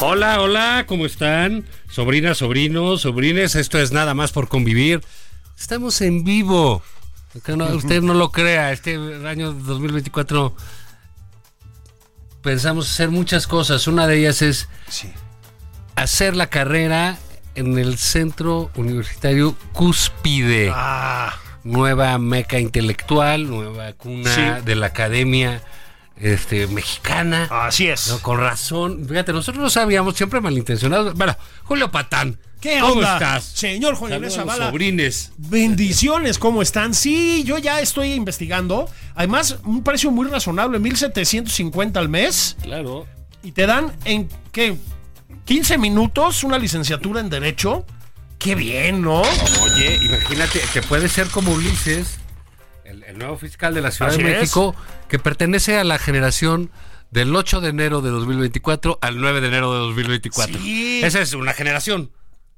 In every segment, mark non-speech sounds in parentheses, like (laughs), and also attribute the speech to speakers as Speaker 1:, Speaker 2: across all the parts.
Speaker 1: Hola, hola, ¿cómo están? Sobrinas, sobrinos, sobrines, esto es nada más por convivir. Estamos en vivo. Aunque no- usted no lo crea, este año 2024 pensamos hacer muchas cosas. Una de ellas es hacer la carrera en el Centro Universitario Cúspide.
Speaker 2: Ah.
Speaker 1: Nueva meca intelectual, nueva cuna
Speaker 3: Sí.
Speaker 1: de la academia este, mexicana.
Speaker 3: Así es.
Speaker 1: No, con razón. Fíjate, nosotros no sabíamos, siempre malintencionados. Bueno, Julio Patán.
Speaker 3: ¿Qué
Speaker 1: ¿Cómo
Speaker 3: onda?
Speaker 1: estás?
Speaker 3: Señor Juan
Speaker 1: Saludos
Speaker 3: Inés
Speaker 1: a los
Speaker 3: Zavala.
Speaker 1: sobrines.
Speaker 3: Bendiciones, ¿cómo están? Sí, yo ya estoy investigando. Además, un precio muy razonable, 1750 al mes.
Speaker 1: Claro.
Speaker 3: Y te dan en, ¿qué? 15 minutos una licenciatura en Derecho. Qué bien, ¿no?
Speaker 1: Oye, imagínate, que puede ser como Ulises, el, el nuevo fiscal de la Ciudad
Speaker 3: Así
Speaker 1: de
Speaker 3: es.
Speaker 1: México, que pertenece a la generación del 8 de enero de 2024 al 9 de enero de 2024.
Speaker 3: Sí.
Speaker 1: Esa es una generación.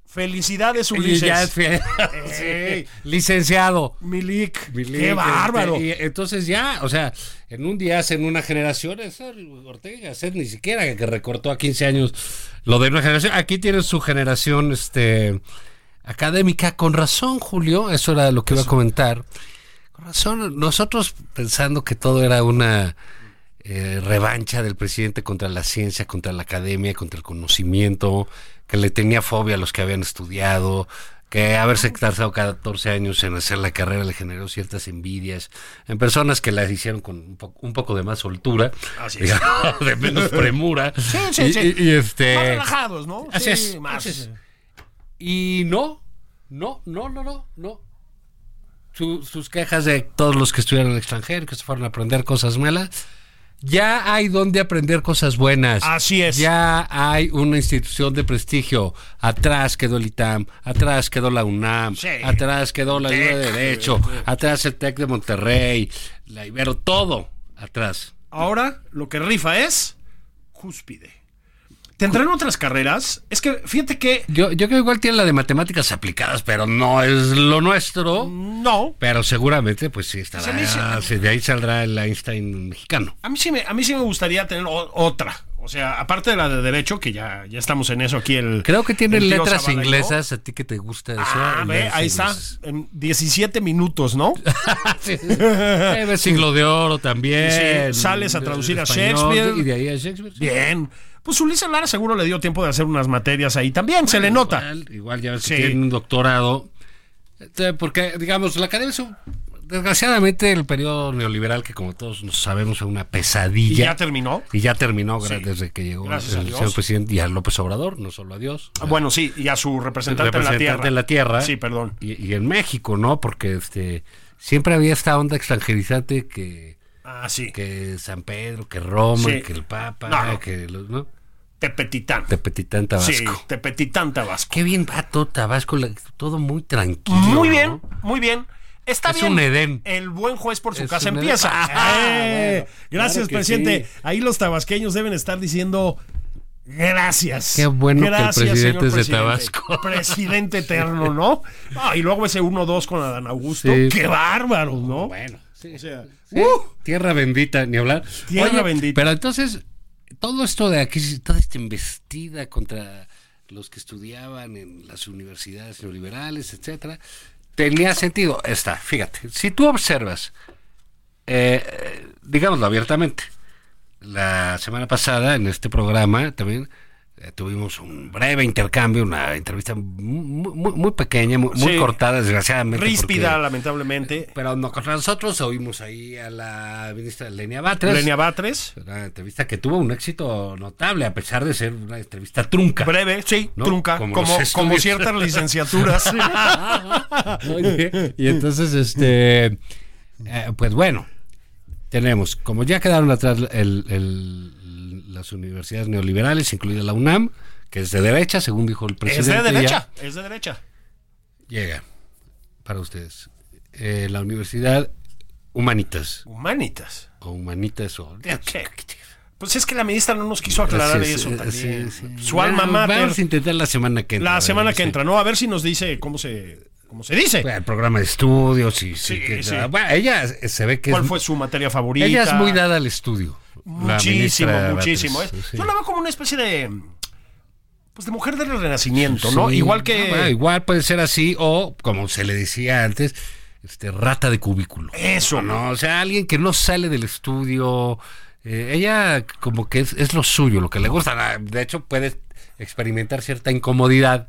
Speaker 3: Felicidades,
Speaker 1: Y
Speaker 3: Ulises. Eh.
Speaker 1: ya es fiel. (laughs)
Speaker 3: Ey.
Speaker 1: Licenciado.
Speaker 3: Milik.
Speaker 1: Milik,
Speaker 3: Qué
Speaker 1: este,
Speaker 3: bárbaro.
Speaker 1: y entonces ya, o sea, en un día hacen una generación, esa Ortega y Gasset ni siquiera que recortó a 15 años lo de una generación. Aquí tienen su generación este académica con razón, Julio, eso era lo que iba a comentar. Con razón, nosotros pensando que todo era una eh, revancha del presidente contra la ciencia, contra la academia, contra el conocimiento, que le tenía fobia a los que habían estudiado, que haberse tardado 14 años en hacer la carrera le generó ciertas envidias en personas que las hicieron con un, po- un poco de más soltura,
Speaker 3: Así es.
Speaker 1: digamos, (laughs) de menos premura.
Speaker 3: Sí, sí,
Speaker 1: y,
Speaker 3: sí.
Speaker 1: y- y este,
Speaker 3: Más relajados, ¿no?
Speaker 1: así
Speaker 3: Sí,
Speaker 1: es,
Speaker 3: más.
Speaker 1: así es. Y no, no, no, no, no, no. Su- sus quejas de todos los que estuvieron en el extranjero, que se fueron a aprender cosas malas. Ya hay donde aprender cosas buenas.
Speaker 3: Así es.
Speaker 1: Ya hay una institución de prestigio. Atrás quedó el ITAM, atrás quedó la UNAM,
Speaker 3: Sí.
Speaker 1: atrás quedó la Liga de Derecho, atrás el TEC de Monterrey, la Ibero, todo atrás.
Speaker 3: Ahora lo que rifa es cúspide. ¿Tendrán otras carreras? Es que fíjate que
Speaker 1: Yo, yo creo que igual tiene la de matemáticas aplicadas, pero no es lo nuestro.
Speaker 3: no.
Speaker 1: Pero seguramente, pues sí, estará.
Speaker 3: Se me hizo-
Speaker 1: ah, sí, de ahí saldrá el Einstein mexicano.
Speaker 3: A mí sí me, a mí sí me gustaría tener o- otra. O sea, aparte de la de derecho, que ya, ya estamos en eso aquí el.
Speaker 1: Creo que tiene
Speaker 3: el tío
Speaker 1: letras
Speaker 3: Zavala y yo.
Speaker 1: inglesas. A ti que te gusta eso.
Speaker 3: Ah, ve,
Speaker 1: letras
Speaker 3: ahí está. (laughs)
Speaker 1: inglesas.
Speaker 3: En 17 minutos,
Speaker 1: (laughs)
Speaker 3: ¿no?
Speaker 1: Sí, sí. Eh, ve siglo de oro también.
Speaker 3: Sí, sales a
Speaker 1: De-
Speaker 3: traducir
Speaker 1: de
Speaker 3: a
Speaker 1: español,
Speaker 3: Shakespeare.
Speaker 1: Y de ahí a Shakespeare. sí.
Speaker 3: Bien. Pues Ulises Lara seguro le dio tiempo de hacer unas materias ahí también, se le nota.
Speaker 1: Igual, igual ya ves que
Speaker 3: Sí.
Speaker 1: tiene un doctorado. Este, Porque, digamos, la academia es un- Desgraciadamente, el periodo neoliberal, que como todos nos sabemos, fue una
Speaker 3: Y
Speaker 1: pesadilla.
Speaker 3: ya, terminó.
Speaker 1: Y ya terminó gra-
Speaker 3: Sí.
Speaker 1: desde que llegó
Speaker 3: Gracias a
Speaker 1: el
Speaker 3: Dios.
Speaker 1: señor presidente y a López Obrador, no solo a Dios.
Speaker 3: Ah, Bueno, sí, y a su representante,
Speaker 1: representante
Speaker 3: en la tierra.
Speaker 1: de la tierra.
Speaker 3: Sí, perdón.
Speaker 1: Y, y en México, ¿no? Porque este siempre había esta onda extranjerizante que,
Speaker 3: Ah, sí.
Speaker 1: que San Pedro, que Roma,
Speaker 3: Sí.
Speaker 1: que el Papa,
Speaker 3: No, no.
Speaker 1: que los, ¿no?
Speaker 3: Tepetitán.
Speaker 1: Tepetitán, Tabasco.
Speaker 3: Sí, Tepetitán, Tabasco.
Speaker 1: Qué bien va todo Tabasco, la- todo muy tranquilo.
Speaker 3: Muy
Speaker 1: ¿no?
Speaker 3: bien, muy bien. Está
Speaker 1: Es
Speaker 3: bien.
Speaker 1: un Edén.
Speaker 3: El buen juez por su
Speaker 1: Es
Speaker 3: casa
Speaker 1: un Edén.
Speaker 3: empieza.
Speaker 1: Ah,
Speaker 3: Eh,
Speaker 1: bueno,
Speaker 3: gracias,
Speaker 1: claro que
Speaker 3: presidente.
Speaker 1: sí.
Speaker 3: Ahí los tabasqueños deben estar diciendo gracias.
Speaker 1: Qué bueno que el presidente
Speaker 3: señor
Speaker 1: es de Tabasco.
Speaker 3: (laughs) Presidente eterno, ¿no? Ah, y luego ese 1-2 con Adán Augusto.
Speaker 1: Sí.
Speaker 3: Qué bárbaro, ¿no?
Speaker 1: Bueno, sí.
Speaker 3: O sea,
Speaker 1: Sí,
Speaker 3: ¡uh!
Speaker 1: Tierra bendita, ni hablar.
Speaker 3: Tierra bendita.
Speaker 1: Pero entonces, todo esto de aquí, toda esta investida contra los que estudiaban en las universidades neoliberales, etcétera, tenía sentido. Está, fíjate, si tú observas, eh, eh, digámoslo abiertamente, la semana pasada en este programa también eh, tuvimos un breve intercambio, una entrevista muy, muy- muy pequeña, muy, muy
Speaker 3: Sí.
Speaker 1: cortada, desgraciadamente.
Speaker 3: Ríspida,
Speaker 1: porque-
Speaker 3: lamentablemente.
Speaker 1: pero no, nosotros oímos ahí a la ministra Lenia Batres.
Speaker 3: Lenia Batres.
Speaker 1: Una entrevista que tuvo un éxito notable, a pesar de ser una entrevista trunca. (laughs)
Speaker 3: Breve, sí,
Speaker 1: ¿No?
Speaker 3: trunca,
Speaker 1: Como
Speaker 3: como,
Speaker 1: los
Speaker 3: como,
Speaker 1: estudios.
Speaker 3: ciertas
Speaker 1: (laughs)
Speaker 3: licenciaturas.
Speaker 1: Oye, y entonces, este, eh, pues bueno, tenemos, como ya quedaron atrás el- el- las universidades neoliberales, incluida la UNAM, que es de derecha, según dijo el
Speaker 3: es
Speaker 1: presidente. ya
Speaker 3: de derecha, es de derecha.
Speaker 1: llega para ustedes eh, la Universidad Humanitas,
Speaker 3: Humanitas.
Speaker 1: o Humanitas, o...
Speaker 3: Sí. Pues es que la ministra no nos quiso aclarar
Speaker 1: Así es,
Speaker 3: eso
Speaker 1: eh,
Speaker 3: también.
Speaker 1: sí, sí.
Speaker 3: Su alma
Speaker 1: Bueno,
Speaker 3: mater.
Speaker 1: Vamos a intentar la semana que entra.
Speaker 3: La
Speaker 1: a ver,
Speaker 3: semana que
Speaker 1: sí.
Speaker 3: entra, ¿no? A ver si nos dice cómo se, cómo se dice.
Speaker 1: Bueno, El programa de estudios y... sí,
Speaker 3: Sí,
Speaker 1: que-
Speaker 3: sí.
Speaker 1: Bueno, ella eh, se ve que
Speaker 3: ¿Cuál
Speaker 1: es-
Speaker 3: fue su materia favorita?
Speaker 1: Ella es muy dada al estudio. la
Speaker 3: Muchísimo,
Speaker 1: ministra
Speaker 3: muchísimo.
Speaker 1: Batres,
Speaker 3: ¿eh?
Speaker 1: sí.
Speaker 3: Yo la veo como una especie de. Pues de mujer del renacimiento, ¿no?
Speaker 1: Sí.
Speaker 3: Igual
Speaker 1: Ah, bueno,
Speaker 3: que.
Speaker 1: igual puede ser así, o como se le decía antes, este rata de cubículo.
Speaker 3: Eso,
Speaker 1: ¿no? O sea, alguien que no sale del estudio. eh, ella como que es, es lo suyo, lo que le gusta. Ah, De hecho, puede experimentar cierta incomodidad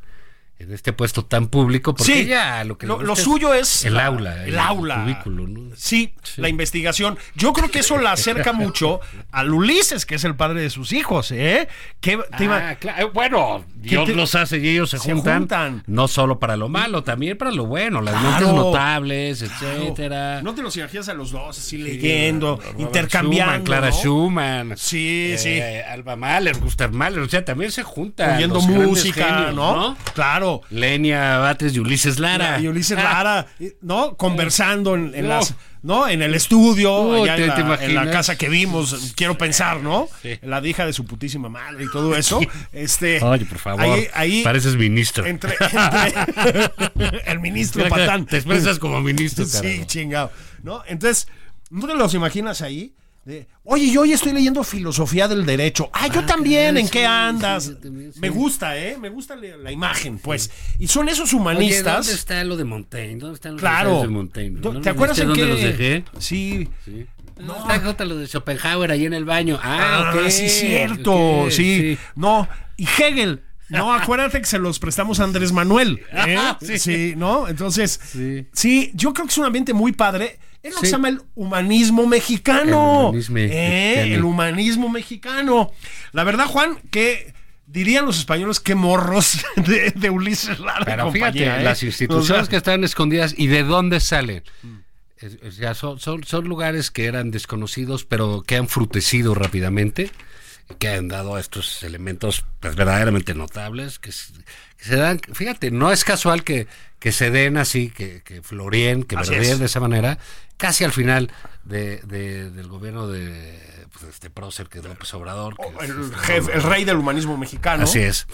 Speaker 1: en este puesto tan público, porque
Speaker 3: Sí.
Speaker 1: ella lo que le
Speaker 3: Lo,
Speaker 1: gusta
Speaker 3: lo suyo es.
Speaker 1: Ah, el
Speaker 3: la-
Speaker 1: aula,
Speaker 3: El, aula.
Speaker 1: cubículo, ¿no?
Speaker 3: Sí, la investigación. Yo creo que eso la acerca mucho al Ulises, que es el padre de sus hijos, ¿eh? Que te iba-
Speaker 1: Ah, claro. Eh, Bueno, Dios
Speaker 3: te-
Speaker 1: los hace y ellos se,
Speaker 3: se
Speaker 1: juntan,
Speaker 3: juntan.
Speaker 1: No solo para lo malo, también para lo bueno, las
Speaker 3: Claro.
Speaker 1: mentes notables, etcétera.
Speaker 3: No te los imaginas a los dos así leyendo, intercambiando.
Speaker 1: Schumann, Clara
Speaker 3: ¿no?
Speaker 1: Schumann.
Speaker 3: Sí,
Speaker 1: eh,
Speaker 3: sí.
Speaker 1: Alba Mahler, Gustav Mahler, o sea, también se juntan.
Speaker 3: Oyendo
Speaker 1: los grandes
Speaker 3: música,
Speaker 1: genios,
Speaker 3: ¿no? Claro.
Speaker 1: Lenia Bates y Ulises Lara.
Speaker 3: Y Ulises
Speaker 1: Ah,
Speaker 3: Lara, ¿no? Conversando en, en
Speaker 1: No.
Speaker 3: las, ¿no? En el estudio,
Speaker 1: Uy,
Speaker 3: allá
Speaker 1: Oh, te-
Speaker 3: en,
Speaker 1: te
Speaker 3: la, en la
Speaker 1: imaginas.
Speaker 3: casa que vimos, quiero pensar, ¿no?
Speaker 1: Sí.
Speaker 3: La hija de su putísima madre y todo eso. Este,
Speaker 1: Oye, por favor.
Speaker 3: Ahí, ahí
Speaker 1: pareces ministro.
Speaker 3: entre,
Speaker 1: (laughs)
Speaker 3: entre- (laughs) el ministro
Speaker 1: Mira que
Speaker 3: Patán.
Speaker 1: Te expresas como ministro,
Speaker 3: Sí,
Speaker 1: carajo.
Speaker 3: chingado. ¿No? Entonces, ¿no te los imaginas ahí? De, Oye, yo hoy estoy leyendo filosofía del derecho. Ah, yo también, ¿en qué andas? Me gusta, ¿eh? Me gusta la la imagen, pues. Y son esos
Speaker 1: Oye,
Speaker 3: humanistas.
Speaker 1: ¿dónde está lo de Montaigne? ¿Dónde están los
Speaker 3: Claro.
Speaker 1: mensajes de Montaigne?
Speaker 3: Do-
Speaker 1: ¿No
Speaker 3: ¿Te
Speaker 1: los
Speaker 3: acuerdas
Speaker 1: viste
Speaker 3: en
Speaker 1: dónde
Speaker 3: qué?
Speaker 1: los dejé?
Speaker 3: Sí.
Speaker 1: No, está Jota lo de Schopenhauer ahí en el baño. Ah,
Speaker 3: Ah,
Speaker 1: ok,
Speaker 3: sí, cierto.
Speaker 1: ok,
Speaker 3: sí. No. Y Hegel. No, acuérdate que se los prestamos a Andrés Manuel.
Speaker 1: (laughs)
Speaker 3: ¿eh?
Speaker 1: Ah,
Speaker 3: sí. ¿no? Entonces, sí. yo creo que es un ambiente muy padre. Es lo que
Speaker 1: Sí.
Speaker 3: se llama el humanismo mexicano.
Speaker 1: El humanismo
Speaker 3: ¿eh?
Speaker 1: mexicano.
Speaker 3: El humanismo mexicano. La verdad, Juan, que dirían los españoles que morros (laughs) de, de Ulises Lara.
Speaker 1: Pero
Speaker 3: y
Speaker 1: fíjate,
Speaker 3: compañía, ¿eh?
Speaker 1: las
Speaker 3: O
Speaker 1: instituciones
Speaker 3: sea,
Speaker 1: que están escondidas y de dónde salen.
Speaker 3: Mm.
Speaker 1: Es- o sea, son, son, son lugares que eran desconocidos, pero que han frutecido rápidamente, que han dado estos elementos pues, verdaderamente notables, que, s- que se dan, fíjate, no es casual que, que se den así, que, que floreen, que
Speaker 3: Así
Speaker 1: verdeen
Speaker 3: es.
Speaker 1: de esa manera, casi al final de, de- del gobierno de pues, de este prócer que es López Obrador. que es
Speaker 3: Oh, el,
Speaker 1: este
Speaker 3: jefe- el rey del humanismo mexicano.
Speaker 1: Así es.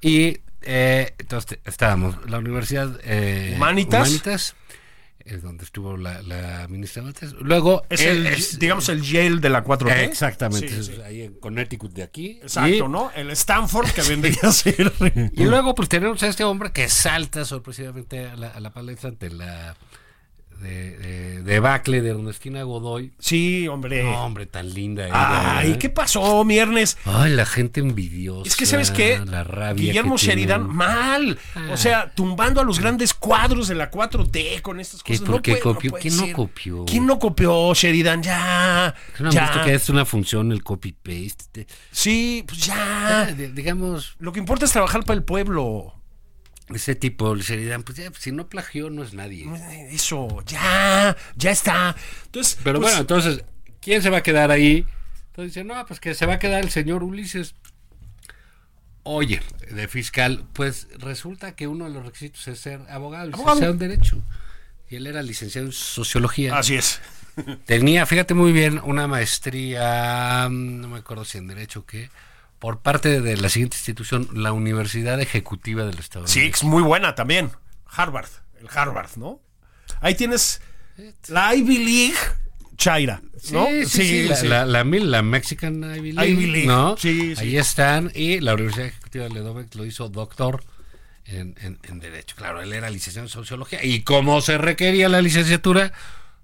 Speaker 1: Y eh, entonces te- estábamos, la Universidad eh,
Speaker 3: Humanitas.
Speaker 1: es donde estuvo la, la ministra Bates. Luego,
Speaker 3: Es
Speaker 1: él
Speaker 3: el,
Speaker 1: es-
Speaker 3: digamos, el Yale de la 4T.
Speaker 1: eh, exactamente,
Speaker 3: Sí,
Speaker 1: es
Speaker 3: sí.
Speaker 1: ahí en Connecticut de aquí.
Speaker 3: Exacto,
Speaker 1: y,
Speaker 3: ¿no? El Stanford que
Speaker 1: (laughs)
Speaker 3: vendría a ser.
Speaker 1: y luego, pues tenemos a este hombre que salta sorpresivamente a la, a la palestra ante la de, de- debacle de Ernestina Godoy.
Speaker 3: Sí, hombre.
Speaker 1: No, hombre, tan linda. ella,
Speaker 3: Ay,
Speaker 1: ¿verdad?
Speaker 3: ¿qué pasó, Miernes?
Speaker 1: Ay, la gente envidiosa.
Speaker 3: Es que, ¿sabes qué?
Speaker 1: La rabia.
Speaker 3: Guillermo
Speaker 1: que Ah. tienen.
Speaker 3: Sheridan, mal. O sea, tumbando a los grandes cuadros de la 4T con estas
Speaker 1: ¿Qué?
Speaker 3: cosas.
Speaker 1: ¿Por qué
Speaker 3: puede- no
Speaker 1: copió?
Speaker 3: puede
Speaker 1: ¿Quién no
Speaker 3: ser.
Speaker 1: copió?
Speaker 3: ¿Quién no copió, Sheridan? Ya.
Speaker 1: ¿No han visto
Speaker 3: ya.
Speaker 1: que es una función el copy-paste?
Speaker 3: Sí, pues
Speaker 1: Ah,
Speaker 3: ya.
Speaker 1: de- digamos,
Speaker 3: Lo que importa es trabajar para el pueblo.
Speaker 1: ese tipo, el Sheridan, pues ya, si no plagió, no es nadie.
Speaker 3: Eso, ya. Ya está. Entonces,
Speaker 1: Pero
Speaker 3: pues,
Speaker 1: bueno, entonces, ¿quién se va a quedar ahí? Entonces dice, no, pues que se va a quedar el señor Ulises. Oye, de fiscal, pues resulta que uno de los requisitos es ser abogado, y
Speaker 3: Abogado.
Speaker 1: licenciado en Derecho. Y él era licenciado en Sociología.
Speaker 3: Así es.
Speaker 1: Tenía, fíjate muy bien, una maestría, mm, no me acuerdo si en Derecho o qué, por parte de la siguiente institución, la Universidad Ejecutiva del Estado. de
Speaker 3: Sí,
Speaker 1: México.
Speaker 3: es muy buena también. Harvard, el Harvard, ¿no? Ahí tienes la Ivy League Chaira, ¿no?
Speaker 1: Sí, sí, sí, la,
Speaker 3: sí.
Speaker 1: La, la mil- la Mexican Ivy League,
Speaker 3: Ivy League,
Speaker 1: ¿no?
Speaker 3: sí, sí.
Speaker 1: Ahí están y la Universidad Ejecutiva de Ledomex lo hizo doctor en, en- en Derecho. Claro, él era licenciado en Sociología. Y como se requería la licenciatura,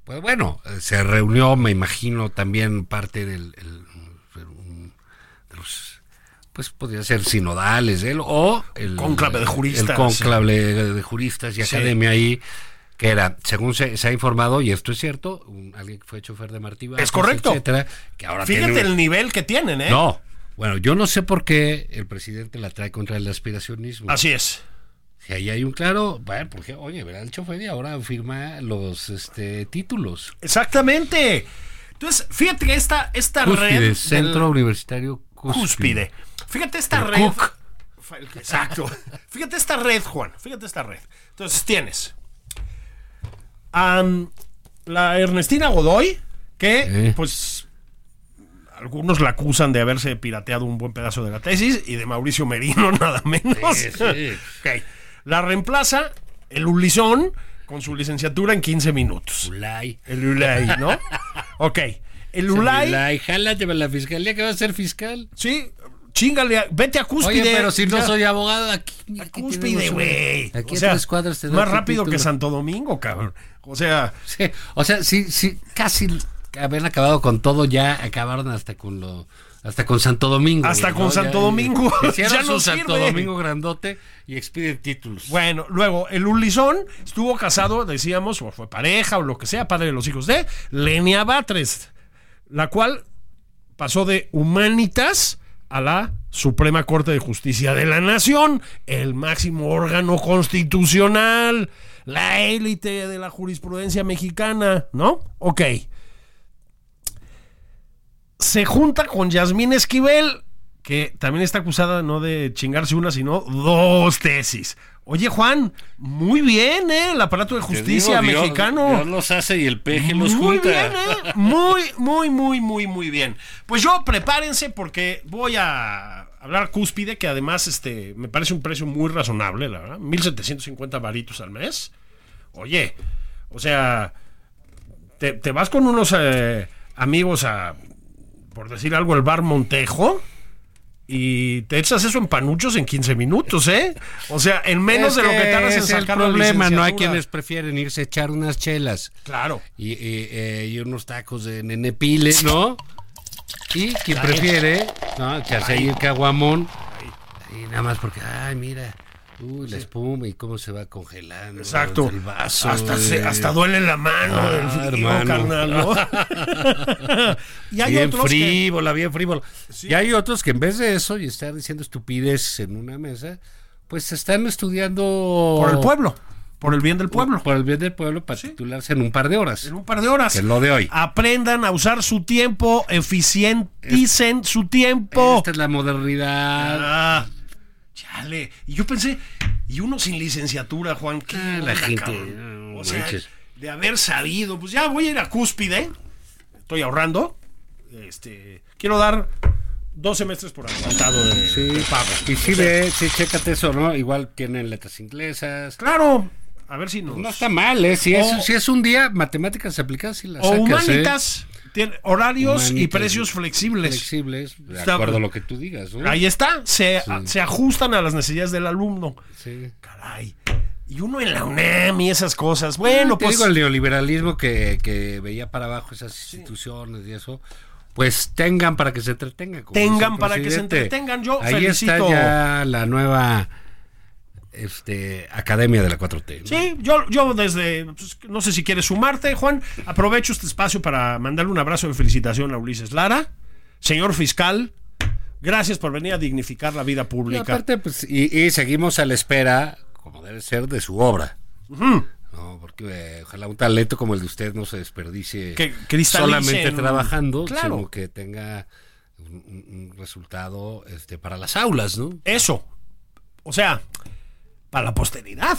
Speaker 1: pues bueno, eh, se reunió, me imagino, también parte del... el- un- de los- pues podría ser sinodales, él o el
Speaker 3: Cónclave de juristas.
Speaker 1: El cónclave de juristas y academia ahí, que era, según se, se ha informado, y esto es cierto, un- alguien que fue chofer de Martí Batres,
Speaker 3: correcto.
Speaker 1: etcétera, que ahora tiene
Speaker 3: Fíjate
Speaker 1: un-
Speaker 3: el nivel que tienen, ¿eh?
Speaker 1: no. Bueno, yo no sé por qué el presidente la trae contra el aspiracionismo.
Speaker 3: Así es.
Speaker 1: Si ahí hay un claro, bueno, porque, oye, verá, el chofer y ahora firma los este, títulos.
Speaker 3: Exactamente. Entonces, fíjate que esta, esta red.
Speaker 1: Cúspide,
Speaker 3: del-
Speaker 1: Centro Universitario Cúspide.
Speaker 3: cúspide. Fíjate esta
Speaker 1: El
Speaker 3: red.
Speaker 1: Cook.
Speaker 3: Fa- el- Exacto. (laughs) Fíjate esta red, Juan. Fíjate esta red. Entonces tienes a la Ernestina Godoy, que
Speaker 1: Sí.
Speaker 3: pues algunos la acusan de haberse pirateado un buen pedazo de la tesis y de Mauricio Merino (laughs) nada menos.
Speaker 1: Sí, sí.
Speaker 3: (laughs) Ok. La reemplaza el Ulisón con su licenciatura en 15 minutos.
Speaker 1: Ulay.
Speaker 3: El Ulay, ¿no? ok. El Ulay,
Speaker 1: Ulay, jálateme a la fiscalía que va a ser fiscal.
Speaker 3: sí, chingale, a- vete a cúspide.
Speaker 1: Oye, pero si no
Speaker 3: Ya.
Speaker 1: soy abogado, aquí.
Speaker 3: A
Speaker 1: aquí
Speaker 3: cúspide,
Speaker 1: tenemos una-
Speaker 3: güey.
Speaker 1: Aquí
Speaker 3: O
Speaker 1: a
Speaker 3: sea,
Speaker 1: tres cuadras te doy
Speaker 3: Más
Speaker 1: tu
Speaker 3: rápido que
Speaker 1: título.
Speaker 3: Santo Domingo, cabrón. O sea,
Speaker 1: (laughs) Sí, o sea, sí, sí, casi habían acabado con todo, ya acabaron hasta con lo, hasta con Santo Domingo.
Speaker 3: Hasta con Santo
Speaker 1: eh,
Speaker 3: Domingo.
Speaker 1: (laughs) Hicieron
Speaker 3: Ya
Speaker 1: su
Speaker 3: no
Speaker 1: Santo
Speaker 3: sirve.
Speaker 1: Domingo grandote y expiden títulos.
Speaker 3: bueno, luego el Ulizón estuvo casado, decíamos, o fue pareja o lo que sea, padre de los hijos de Lenia Batres, la cual pasó de humanitas a la Suprema Corte de Justicia de la Nación, el máximo órgano constitucional, la élite de la jurisprudencia mexicana, ¿no? Ok. Se junta con Yasmín Esquivel, que también está acusada no de chingarse una, sino dos tesis. Oye, Juan, muy bien, ¿eh? El aparato de
Speaker 1: Te
Speaker 3: justicia
Speaker 1: digo, Dios-
Speaker 3: mexicano.
Speaker 1: Dios los hace y el peje los
Speaker 3: Muy
Speaker 1: junta.
Speaker 3: bien, ¿eh?
Speaker 1: (laughs)
Speaker 3: Muy, muy, muy, muy, muy bien. Pues yo prepárense porque voy a hablar cúspide, que además este, me parece un precio muy razonable, la verdad. 1750 varitos al mes. Oye, o sea, te, te vas con unos eh, amigos a, por decir algo, el bar Montejo. Y te echas eso en panuchos en 15 minutos, ¿eh? O sea, en menos
Speaker 1: Es
Speaker 3: de lo que tardas en
Speaker 1: es el
Speaker 3: sacar la
Speaker 1: problema, no hay
Speaker 3: licenciatura.
Speaker 1: quienes prefieren irse a echar unas chelas
Speaker 3: Claro.
Speaker 1: y, y, eh, y unos tacos de nenepile, ¿no? Y quien prefiere, ¿no? Echarse ahí el caguamón. Y nada más porque, ay, mira. Uy, la espuma y cómo se va congelando.
Speaker 3: Exacto.
Speaker 1: El vaso.
Speaker 3: hasta, se-
Speaker 1: eh.
Speaker 3: hasta duele la mano
Speaker 1: Ah,
Speaker 3: del frío,
Speaker 1: hermano.
Speaker 3: carnal,
Speaker 1: (laughs)
Speaker 3: ¿no? y hay
Speaker 1: bien
Speaker 3: otros que-
Speaker 1: frívola, bien frívola. Y hay otros que en vez de eso y estar diciendo estupideces en una mesa, pues están estudiando.
Speaker 3: por el pueblo, por el bien del pueblo.
Speaker 1: Por el bien del pueblo para titularse en un par de horas.
Speaker 3: En un par de horas.
Speaker 1: Que es lo de hoy.
Speaker 3: Aprendan a usar su tiempo, eficienticen su tiempo.
Speaker 1: Esta es la modernidad.
Speaker 3: Ah, chale. Y yo pensé, y uno sin licenciatura, Juan, ¿qué
Speaker 1: Ah, la
Speaker 3: onda,
Speaker 1: gente, eh,
Speaker 3: cabrón?
Speaker 1: no
Speaker 3: o sea,
Speaker 1: manches.
Speaker 3: de haber sabido, pues ya voy a ir a cúspide. Estoy ahorrando. Este, quiero dar dos semestres por adelantado de,
Speaker 1: Sí.
Speaker 3: de pago.
Speaker 1: Y sí
Speaker 3: O sea,
Speaker 1: ve, sí, chécate eso, ¿no? Igual tienen letras inglesas.
Speaker 3: Claro, a ver si nos.
Speaker 1: No está mal, ¿eh? Si,
Speaker 3: O-
Speaker 1: es, si es un día, matemáticas aplicadas y las
Speaker 3: o
Speaker 1: sacas, ¿eh?
Speaker 3: humanitas, tiene horarios y
Speaker 1: Humanitas.
Speaker 3: precios flexibles.
Speaker 1: Flexibles, de
Speaker 3: Está-
Speaker 1: acuerdo a lo que tú digas, ¿no?
Speaker 3: Ahí está, se, se ajustan a las necesidades del alumno.
Speaker 1: Sí.
Speaker 3: Caray. Y uno en la UNAM y esas cosas. Bueno,
Speaker 1: Ah, Te
Speaker 3: pues.
Speaker 1: digo, el neoliberalismo que, que veía para abajo esas instituciones y eso, pues tengan para que se entretengan. como
Speaker 3: Tengan
Speaker 1: dice el
Speaker 3: para que se
Speaker 1: presidente.
Speaker 3: entretengan, yo
Speaker 1: Ahí
Speaker 3: felicito.
Speaker 1: está ya la nueva este, academia de la 4T. ¿no?
Speaker 3: Sí, yo, yo desde, pues, no sé si quieres sumarte, Juan, aprovecho este espacio para mandarle un abrazo de felicitación a Ulises Lara. Señor fiscal, gracias por venir a dignificar la vida
Speaker 1: Y
Speaker 3: pública.
Speaker 1: aparte, pues, y, y seguimos a la espera, como debe ser, de su obra. No, porque eh, ojalá un talento como el de usted no se desperdicie
Speaker 3: Que cristalice
Speaker 1: solamente
Speaker 3: en un-
Speaker 1: trabajando,
Speaker 3: Claro.
Speaker 1: sino que tenga un, un- un resultado este, para las aulas, ¿no?
Speaker 3: Eso. O sea, para la posteridad.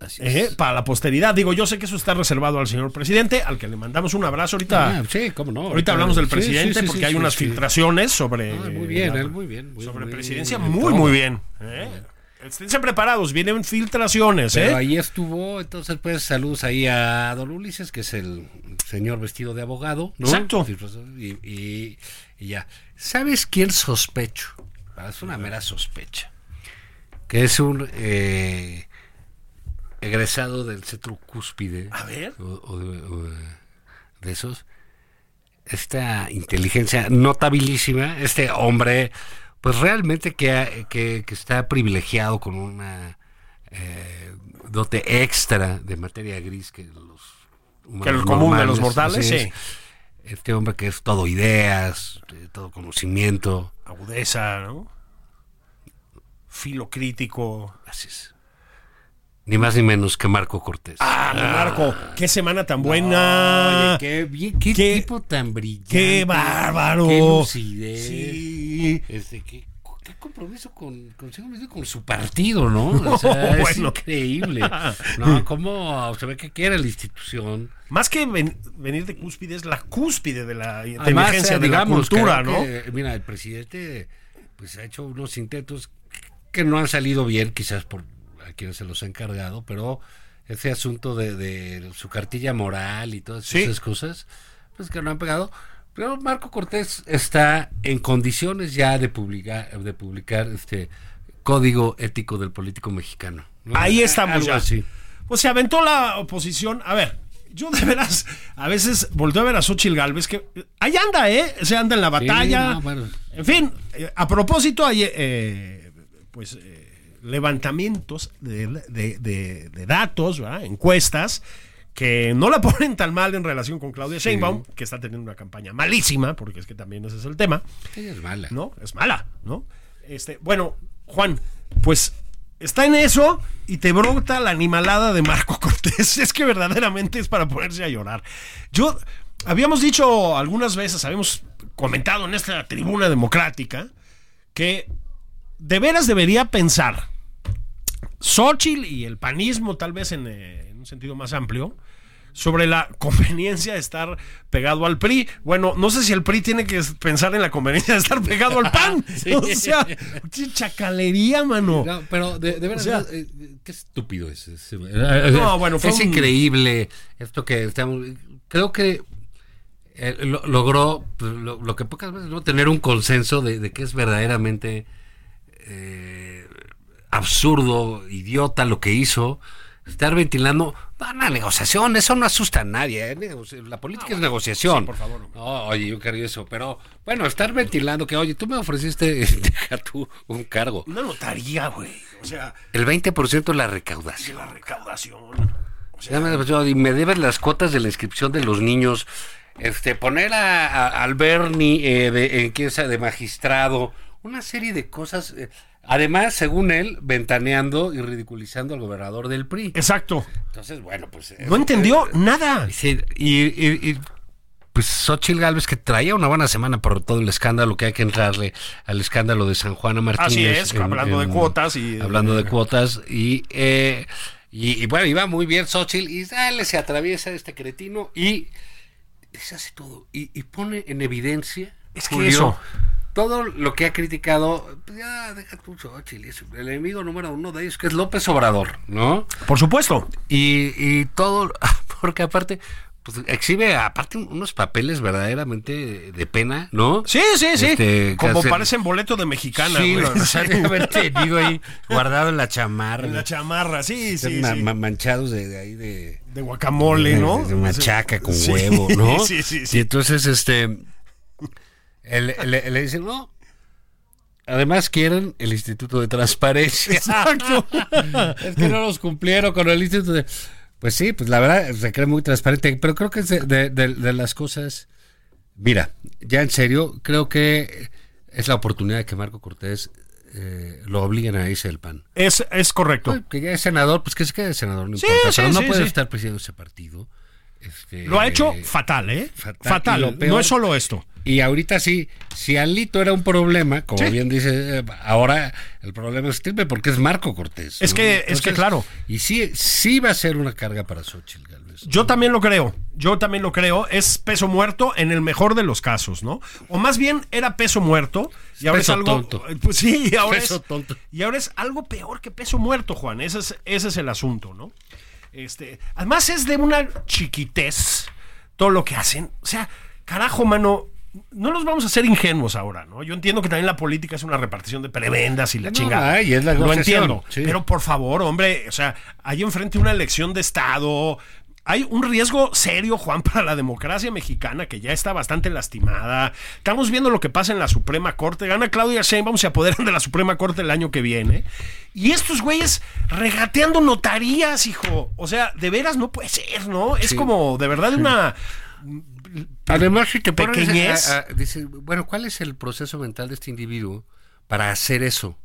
Speaker 1: Así
Speaker 3: ¿eh?
Speaker 1: es.
Speaker 3: Para la posteridad. Digo, yo sé que eso está reservado al señor presidente, al que le mandamos un abrazo ahorita.
Speaker 1: Ah, sí, cómo no.
Speaker 3: Ahorita hablamos del
Speaker 1: sí,
Speaker 3: presidente
Speaker 1: sí, sí,
Speaker 3: porque
Speaker 1: sí,
Speaker 3: hay
Speaker 1: sí,
Speaker 3: unas
Speaker 1: sí.
Speaker 3: filtraciones sobre. eh,
Speaker 1: Ah, muy bien,
Speaker 3: la-
Speaker 1: él muy bien. muy-
Speaker 3: sobre
Speaker 1: muy
Speaker 3: presidencia,
Speaker 1: bien,
Speaker 3: muy,
Speaker 1: todo.
Speaker 3: muy bien. ¿eh? Esténse preparados, vienen filtraciones.
Speaker 1: Pero
Speaker 3: ¿eh?
Speaker 1: ahí estuvo, entonces pues saludos ahí a Don Ulises, que es el señor vestido de abogado, ¿no? pues,
Speaker 3: Exacto.
Speaker 1: Y, y- y ya. ¿Sabes quién sospecho? Ah, Es una mera sospecha. que es un eh, egresado del centro cúspide.
Speaker 3: A ver.
Speaker 1: O, o de, o de- de esos. Esta inteligencia notabilísima, este hombre, pues realmente que, ha- que, que está privilegiado con una eh, dote extra de materia gris que los humanos
Speaker 3: Que el común de
Speaker 1: normales,
Speaker 3: los mortales,
Speaker 1: así es.
Speaker 3: sí.
Speaker 1: Este hombre que es todo ideas, eh, todo conocimiento.
Speaker 3: Agudeza, ¿no? Filo crítico.
Speaker 1: Así es. Ni más ni menos que Marco Cortés.
Speaker 3: Ah, mi Marco, qué semana tan buena.
Speaker 1: Oye, qué, bien- qué
Speaker 3: Ah, Qué-
Speaker 1: tipo tan brillante.
Speaker 3: qué bárbaro.
Speaker 1: Qué lucidez.
Speaker 3: Sí.
Speaker 1: Este, qué, qué compromiso con, consigo mismo y con su partido, ¿no? O sea, es
Speaker 3: bueno.
Speaker 1: increíble. No, cómo se ve que quiere la institución.
Speaker 3: Más que ven- venir de cúspide, es la cúspide de la
Speaker 1: Además,
Speaker 3: inteligencia,
Speaker 1: eh,
Speaker 3: de
Speaker 1: digamos,
Speaker 3: la cultura,
Speaker 1: creo
Speaker 3: ¿no?
Speaker 1: que, eh, mira, el presidente pues ha hecho unos intentos que no han salido bien, quizás por a quienes se los ha encargado, pero ese asunto de, de su cartilla moral y todas
Speaker 3: Sí.
Speaker 1: esas cosas, pues que no han pegado. Pero Marco Cortés está en condiciones ya de publicar, de publicar este código ético del político mexicano. ¿no? Eh,
Speaker 3: Ahí estamos
Speaker 1: Algo
Speaker 3: ya.
Speaker 1: así.
Speaker 3: Pues se aventó la oposición. A ver, yo de veras, a veces volteo a ver a Xochitl Galvez, que eh, ahí anda, ¿eh? Se anda en la batalla.
Speaker 1: no, bueno.
Speaker 3: En fin, eh, a propósito, hay, eh, pues, eh, levantamientos de, de- de- de datos, ¿verdad? encuestas, que no la (laughs) ponen tan mal en relación con Claudia Sheinbaum, que está teniendo una campaña malísima, porque es que también ese es el tema.
Speaker 1: Ella es mala.
Speaker 3: ¿no? Es mala, ¿no? Este, bueno, Juan, pues está en eso y te brota la animalada de Marco (laughs) Cortés. Es que verdaderamente es para ponerse a llorar. Yo, habíamos dicho algunas veces, habíamos comentado en esta tribuna democrática que de veras debería pensar Xochitl y el panismo, tal vez en, eh, en un sentido más amplio, sobre la (laughs) conveniencia de estar pegado al PRI. Bueno, no sé si el PRI tiene que pensar en la conveniencia de estar pegado al PAN.
Speaker 1: (laughs) Sí.
Speaker 3: O sea, qué chacalería, mano.
Speaker 1: No, pero de, de veras,
Speaker 3: sea-
Speaker 1: no, eh, qué estúpido es. ese-
Speaker 3: No, bueno, fue
Speaker 1: es
Speaker 3: un-
Speaker 1: increíble esto que estamos. Creo que eh, lo- logró pues, lo, lo que pocas veces, ¿no? Tener un consenso de, de que es verdaderamente eh, absurdo, idiota lo que hizo. Estar ventilando, van a negociación, eso no asusta a nadie. eh, negoci- La política es negociación. por favor. oye, yo quería eso, pero bueno, estar ventilando que, oye, tú me ofreciste, (laughs) deja tú un cargo.
Speaker 3: Una notaría, güey. O sea,
Speaker 1: El 20% de la
Speaker 3: de
Speaker 1: recaudación.
Speaker 3: la recaudación. O
Speaker 1: Ya
Speaker 3: sea,
Speaker 1: me, yo, y me debes las cuotas de la inscripción de los niños. Este, poner a, a- al Bernie eh, de, en quién sabe, de magistrado. Una serie de cosas. eh, además, según él, ventaneando y ridiculizando al gobernador del PRI.
Speaker 3: exacto.
Speaker 1: Entonces, bueno, pues. eh,
Speaker 3: No entendió nada.
Speaker 1: Sí, y, y- y, pues Xochitl Gálvez, que traía una buena semana por todo el escándalo que hay que entrarle al escándalo de San Juana Martínez.
Speaker 3: Así es, hablando de cuotas y-
Speaker 1: Hablando de cuotas y. eh, y, y bueno, iba muy bien Xochitl y dale, se atraviesa este cretino y deshace todo y, y pone en evidencia
Speaker 3: Es que eso.
Speaker 1: todo lo que ha criticado, pues ya deja tú Xochitl, es el enemigo número uno de ellos que es López Obrador, ¿no?
Speaker 3: Por supuesto.
Speaker 1: y, y todo, (laughs) porque aparte, pues exhibe aparte un- unos papeles verdaderamente de pena, ¿no?
Speaker 3: Sí, sí, sí.
Speaker 1: Este,
Speaker 3: Como
Speaker 1: casi-
Speaker 3: parecen boleto de mexicana,
Speaker 1: Sí, (laughs)
Speaker 3: güey.
Speaker 1: lo los han de haber tenido
Speaker 3: (laughs)
Speaker 1: ahí guardado en la chamarra.
Speaker 3: En (laughs) la chamarra, sí,
Speaker 1: Están
Speaker 3: sí,
Speaker 1: ma-
Speaker 3: sí.
Speaker 1: ma- manchados de, de ahí de,
Speaker 3: De guacamole, ¿no?
Speaker 1: de- de machaca con
Speaker 3: Sí,
Speaker 1: huevo, ¿no?
Speaker 3: (laughs) Sí, sí,
Speaker 1: Y
Speaker 3: sí.
Speaker 1: entonces, este, él- le, le dicen, no. Además quieren el Instituto de Transparencia.
Speaker 3: Exacto.
Speaker 1: (laughs) es que no los cumplieron con el instituto de- Pues sí, pues la verdad se cree muy transparente, pero creo que es de, de- de- de las cosas. Mira, ya en serio, creo que es la oportunidad de que Marco Cortés eh, lo obliguen a irse del PAN.
Speaker 3: Es, es correcto.
Speaker 1: Pues, que ya es senador, pues que se quede senador, no
Speaker 3: Sí,
Speaker 1: importa,
Speaker 3: sí,
Speaker 1: pero no
Speaker 3: sí,
Speaker 1: puede
Speaker 3: sí.
Speaker 1: estar presidiendo ese partido. Este,
Speaker 3: Lo ha hecho
Speaker 1: eh,
Speaker 3: fatal, ¿eh? Fatal.
Speaker 1: fatal. Y lo peor-
Speaker 3: No es solo esto.
Speaker 1: y ahorita sí, si Alito era un problema, como
Speaker 3: Sí.
Speaker 1: bien dice, eh, ahora el problema es triple porque es Marco Cortés.
Speaker 3: Es que- es que claro.
Speaker 1: Y sí, sí va a ser una carga para Xochitl Galvez.
Speaker 3: Yo también lo creo. Yo también lo creo. Es peso muerto en el mejor de los casos, ¿no? O más bien era peso muerto y ahora
Speaker 1: Peso
Speaker 3: es algo.
Speaker 1: tonto.
Speaker 3: Pues sí, y ahora
Speaker 1: Peso
Speaker 3: es.
Speaker 1: tonto.
Speaker 3: Y ahora es algo peor que peso muerto, Juan. Ese es, ese es el asunto, ¿no? Este, además es de una chiquitez todo lo que hacen. O sea, carajo, mano. no nos vamos a ser ingenuos ahora, ¿no? Yo entiendo que también la política es una repartición de prebendas y la
Speaker 1: No,
Speaker 3: chingada.
Speaker 1: ay, es la
Speaker 3: Lo
Speaker 1: negociación,
Speaker 3: entiendo.
Speaker 1: sí.
Speaker 3: Pero por favor, hombre, o sea, hay enfrente una elección de Estado. Hay un riesgo serio, Juan, (laughs) para la democracia mexicana que ya está bastante lastimada. Estamos viendo lo que pasa en la Suprema Corte. Gana Claudia Sheinbaum, se apoderan de la Suprema Corte el año que viene. Y estos güeyes regateando notarías, hijo. O sea, de veras no puede ser, ¿no? Es como de verdad una...
Speaker 1: Además, si te pones
Speaker 3: pequeñez.
Speaker 1: a- a- dices, bueno, ¿cuál es el proceso mental de este individuo para hacer eso?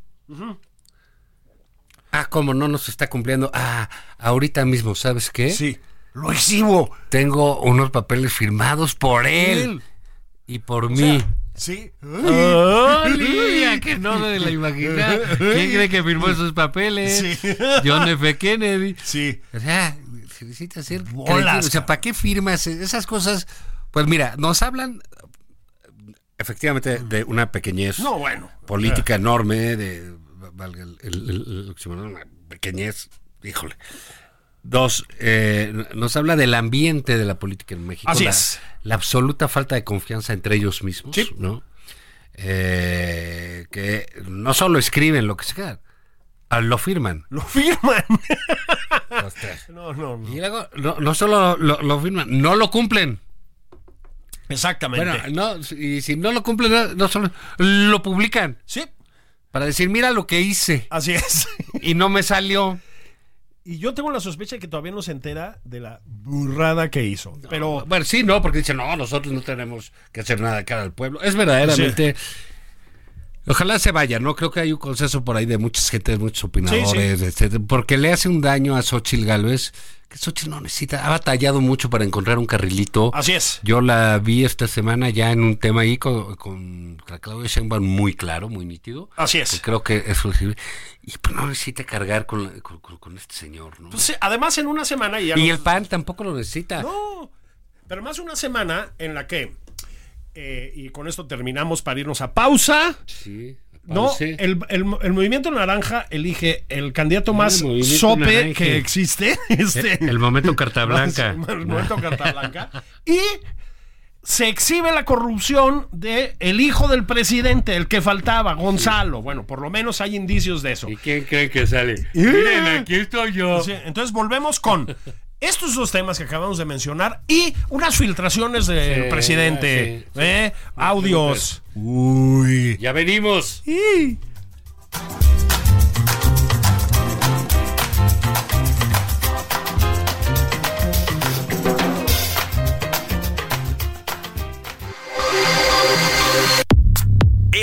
Speaker 1: Ah, como no nos está cumpliendo. Ah, ahorita mismo, ¿sabes qué?
Speaker 3: Sí. Lo exhibo.
Speaker 1: Tengo unos papeles firmados por él
Speaker 3: Él.
Speaker 1: y por mí.
Speaker 3: Sí.
Speaker 1: ¡Oh, (laughs) Lidia, que no de la imaginar! ¿Quién cree que firmó esos papeles?
Speaker 3: Sí.
Speaker 1: John F. Kennedy.
Speaker 3: Sí.
Speaker 1: O sea, se necesita hacer
Speaker 3: Bolas,
Speaker 1: creativo. O sea,
Speaker 3: cabrón.
Speaker 1: ¿para qué firmas esas cosas? Pues mira, nos hablan efectivamente de una pequeñez
Speaker 3: No, bueno.
Speaker 1: política enorme, de valga el, el- el- el oxímoron, una pequeñez, híjole. Dos, eh, nos habla del ambiente de la política en México.
Speaker 3: Así
Speaker 1: la,
Speaker 3: es.
Speaker 1: la absoluta falta de confianza entre ellos mismos,
Speaker 3: Sí.
Speaker 1: ¿no? Eh, que no solo escriben lo que se queda, ah, lo firman.
Speaker 3: Lo firman.
Speaker 1: Ostras.
Speaker 3: No, no, no.
Speaker 1: Y luego, no, no solo lo, lo firman, no lo cumplen.
Speaker 3: Exactamente.
Speaker 1: Bueno, no, y si no lo cumplen, no, no solo lo publican
Speaker 3: sí,
Speaker 1: para decir, mira lo que hice
Speaker 3: así es.
Speaker 1: y no me salió.
Speaker 3: Y yo tengo la sospecha de que todavía no se entera de la burrada que hizo. Pero
Speaker 1: Bueno, sí, no, porque dicen, no, nosotros no tenemos que hacer nada de cara al pueblo. Es verdaderamente. Ojalá se vaya, ¿no? Creo que hay un consenso por ahí de muchas gentes, muchos opinadores, este, etcétera, porque le hace un daño a Xochitl Galvez, que Xochitl no necesita, ha batallado mucho para encontrar un carrilito.
Speaker 3: así es.
Speaker 1: Yo la vi esta semana ya en un tema ahí con, con la Claudia Sheinbaum muy claro, muy nítido.
Speaker 3: Así es.
Speaker 1: Que creo que eso sirve. Y pues no necesita cargar con, la- con- con- con este señor, ¿no?
Speaker 3: Pues, sí, además, en una semana ya.
Speaker 1: y
Speaker 3: no-
Speaker 1: el PAN tampoco lo necesita.
Speaker 3: No, pero más una semana en la que. eh, y con esto terminamos para irnos a pausa.
Speaker 1: Pues Sí.
Speaker 3: No,
Speaker 1: pause.
Speaker 3: el, el- el movimiento naranja elige el candidato más
Speaker 1: movimiento
Speaker 3: sope
Speaker 1: naranja.
Speaker 3: que existe. (laughs) Este,
Speaker 1: Eh, (laughs) El momento carta blanca.
Speaker 3: Más- más muerto carta blanca. Y se exhibe la corrupción de el hijo del presidente, el que faltaba, Gonzalo. Bueno, por lo menos hay indicios de eso.
Speaker 1: ¿Y quién creen que sale? Miren, aquí estoy yo.
Speaker 3: Sí, entonces volvemos con estos dos temas que acabamos de mencionar y unas filtraciones del
Speaker 1: Sí,
Speaker 3: presidente.
Speaker 1: sí, sí.
Speaker 3: ¿eh? Audios. Uy.
Speaker 1: Ya venimos.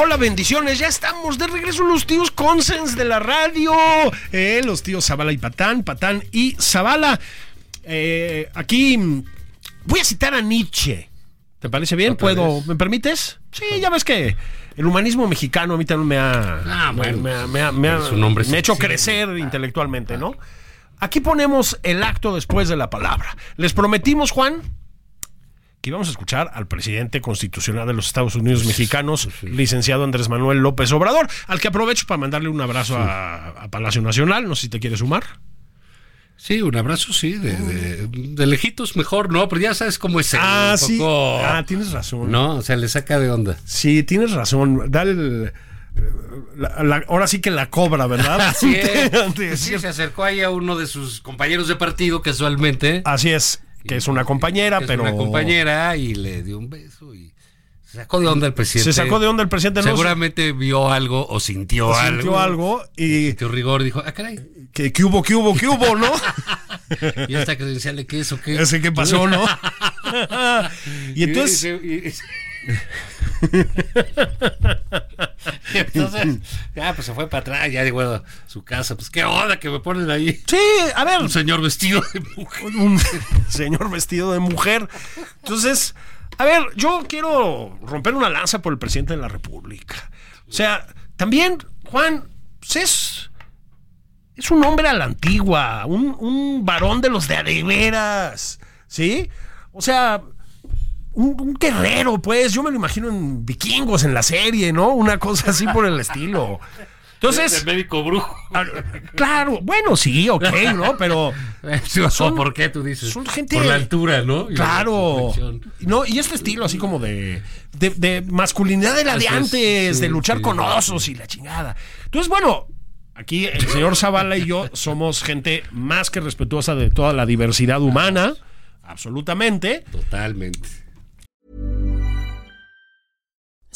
Speaker 3: Hola, bendiciones. Ya estamos de regreso los tíos Consens de la radio. Eh, los tíos Zabala y Patán, Patán y Zabala. Eh, aquí mm, voy a citar a Nietzsche. ¿Te parece bien?
Speaker 1: Otra
Speaker 3: ¿Puedo?
Speaker 1: vez.
Speaker 3: ¿Me permites? Sí, ya ves que el humanismo mexicano a mí también me ha,
Speaker 1: Ah,
Speaker 3: me-
Speaker 1: bueno,
Speaker 3: me, ha- me ha- me ha-
Speaker 1: eres un hombre
Speaker 3: me ha hecho
Speaker 1: sensible. Ah.
Speaker 3: crecer intelectualmente, ¿no? Aquí ponemos el acto después de la palabra. Les prometimos, Juan, que íbamos a escuchar al presidente constitucional de los Estados Unidos mexicanos, licenciado Andrés Manuel López Obrador, al que aprovecho para mandarle un abrazo a, a Palacio Nacional, no sé si te quieres sumar.
Speaker 1: Sí, un abrazo, sí. De, de- de lejitos mejor, ¿no? Pero ya sabes cómo es él, un poco-
Speaker 3: Ah, tienes razón.
Speaker 1: No, o sea, le saca de onda.
Speaker 3: Sí, tienes razón. Dale el- la- la- ahora sí que la cobra, ¿verdad?
Speaker 1: (laughs)
Speaker 3: (laughs)
Speaker 1: Así es.
Speaker 3: Ante-
Speaker 1: Sí, se acercó ahí a uno de sus compañeros de partido casualmente.
Speaker 3: Así es, que es una compañera,
Speaker 1: que es
Speaker 3: Ah, pero...
Speaker 1: Una compañera y le dio un beso y se sacó de onda el presidente.
Speaker 3: Se sacó de onda el presidente. ¿no?
Speaker 1: Seguramente vio algo o sintió, algo.
Speaker 3: Sintió algo y
Speaker 1: Sintió rigor, dijo, ah, caray,
Speaker 3: que, que hubo, que hubo, que
Speaker 1: (laughs)
Speaker 3: hubo, ¿no?
Speaker 1: ¿y (laughs) esta credencial de qué es o qué?
Speaker 3: Ese que pasó, ¿no? y
Speaker 1: Y
Speaker 3: entonces...
Speaker 1: dice- (laughs) y-
Speaker 3: (laughs)
Speaker 1: Y entonces, ya, pues se fue para atrás, ya llegó a su casa. Pues qué onda que me ponen ahí. (laughs)
Speaker 3: Sí, a ver,
Speaker 1: Un señor vestido de mujer.
Speaker 3: un (laughs) señor vestido de mujer. Entonces, a ver, yo quiero romper una lanza por el presidente de la República. O sea, también, Juan, pues es, es un hombre a la antigua, un, un varón de los de adeveras, ¿sí? O sea, un, un guerrero, pues. Yo me lo imagino en vikingos, en la serie, ¿no? Una cosa así por el estilo.
Speaker 1: de
Speaker 3: Entonces,
Speaker 1: médico brujo.
Speaker 3: ah, claro, bueno, sí, ok, ¿no? Pero
Speaker 1: ¿O (laughs) ¿Por qué tú dices?
Speaker 3: eh, son gente-
Speaker 1: Por la altura, ¿no? Y la
Speaker 3: Claro.
Speaker 1: complexión.
Speaker 3: No, y este estilo así como de, de, de masculinidad de la
Speaker 1: Así
Speaker 3: de
Speaker 1: es,
Speaker 3: antes,
Speaker 1: sí,
Speaker 3: de luchar
Speaker 1: sí,
Speaker 3: con
Speaker 1: sí.
Speaker 3: osos y la chingada. Entonces, bueno, aquí el señor Zavala y yo somos gente más que respetuosa de toda la diversidad humana, absolutamente.
Speaker 1: Totalmente.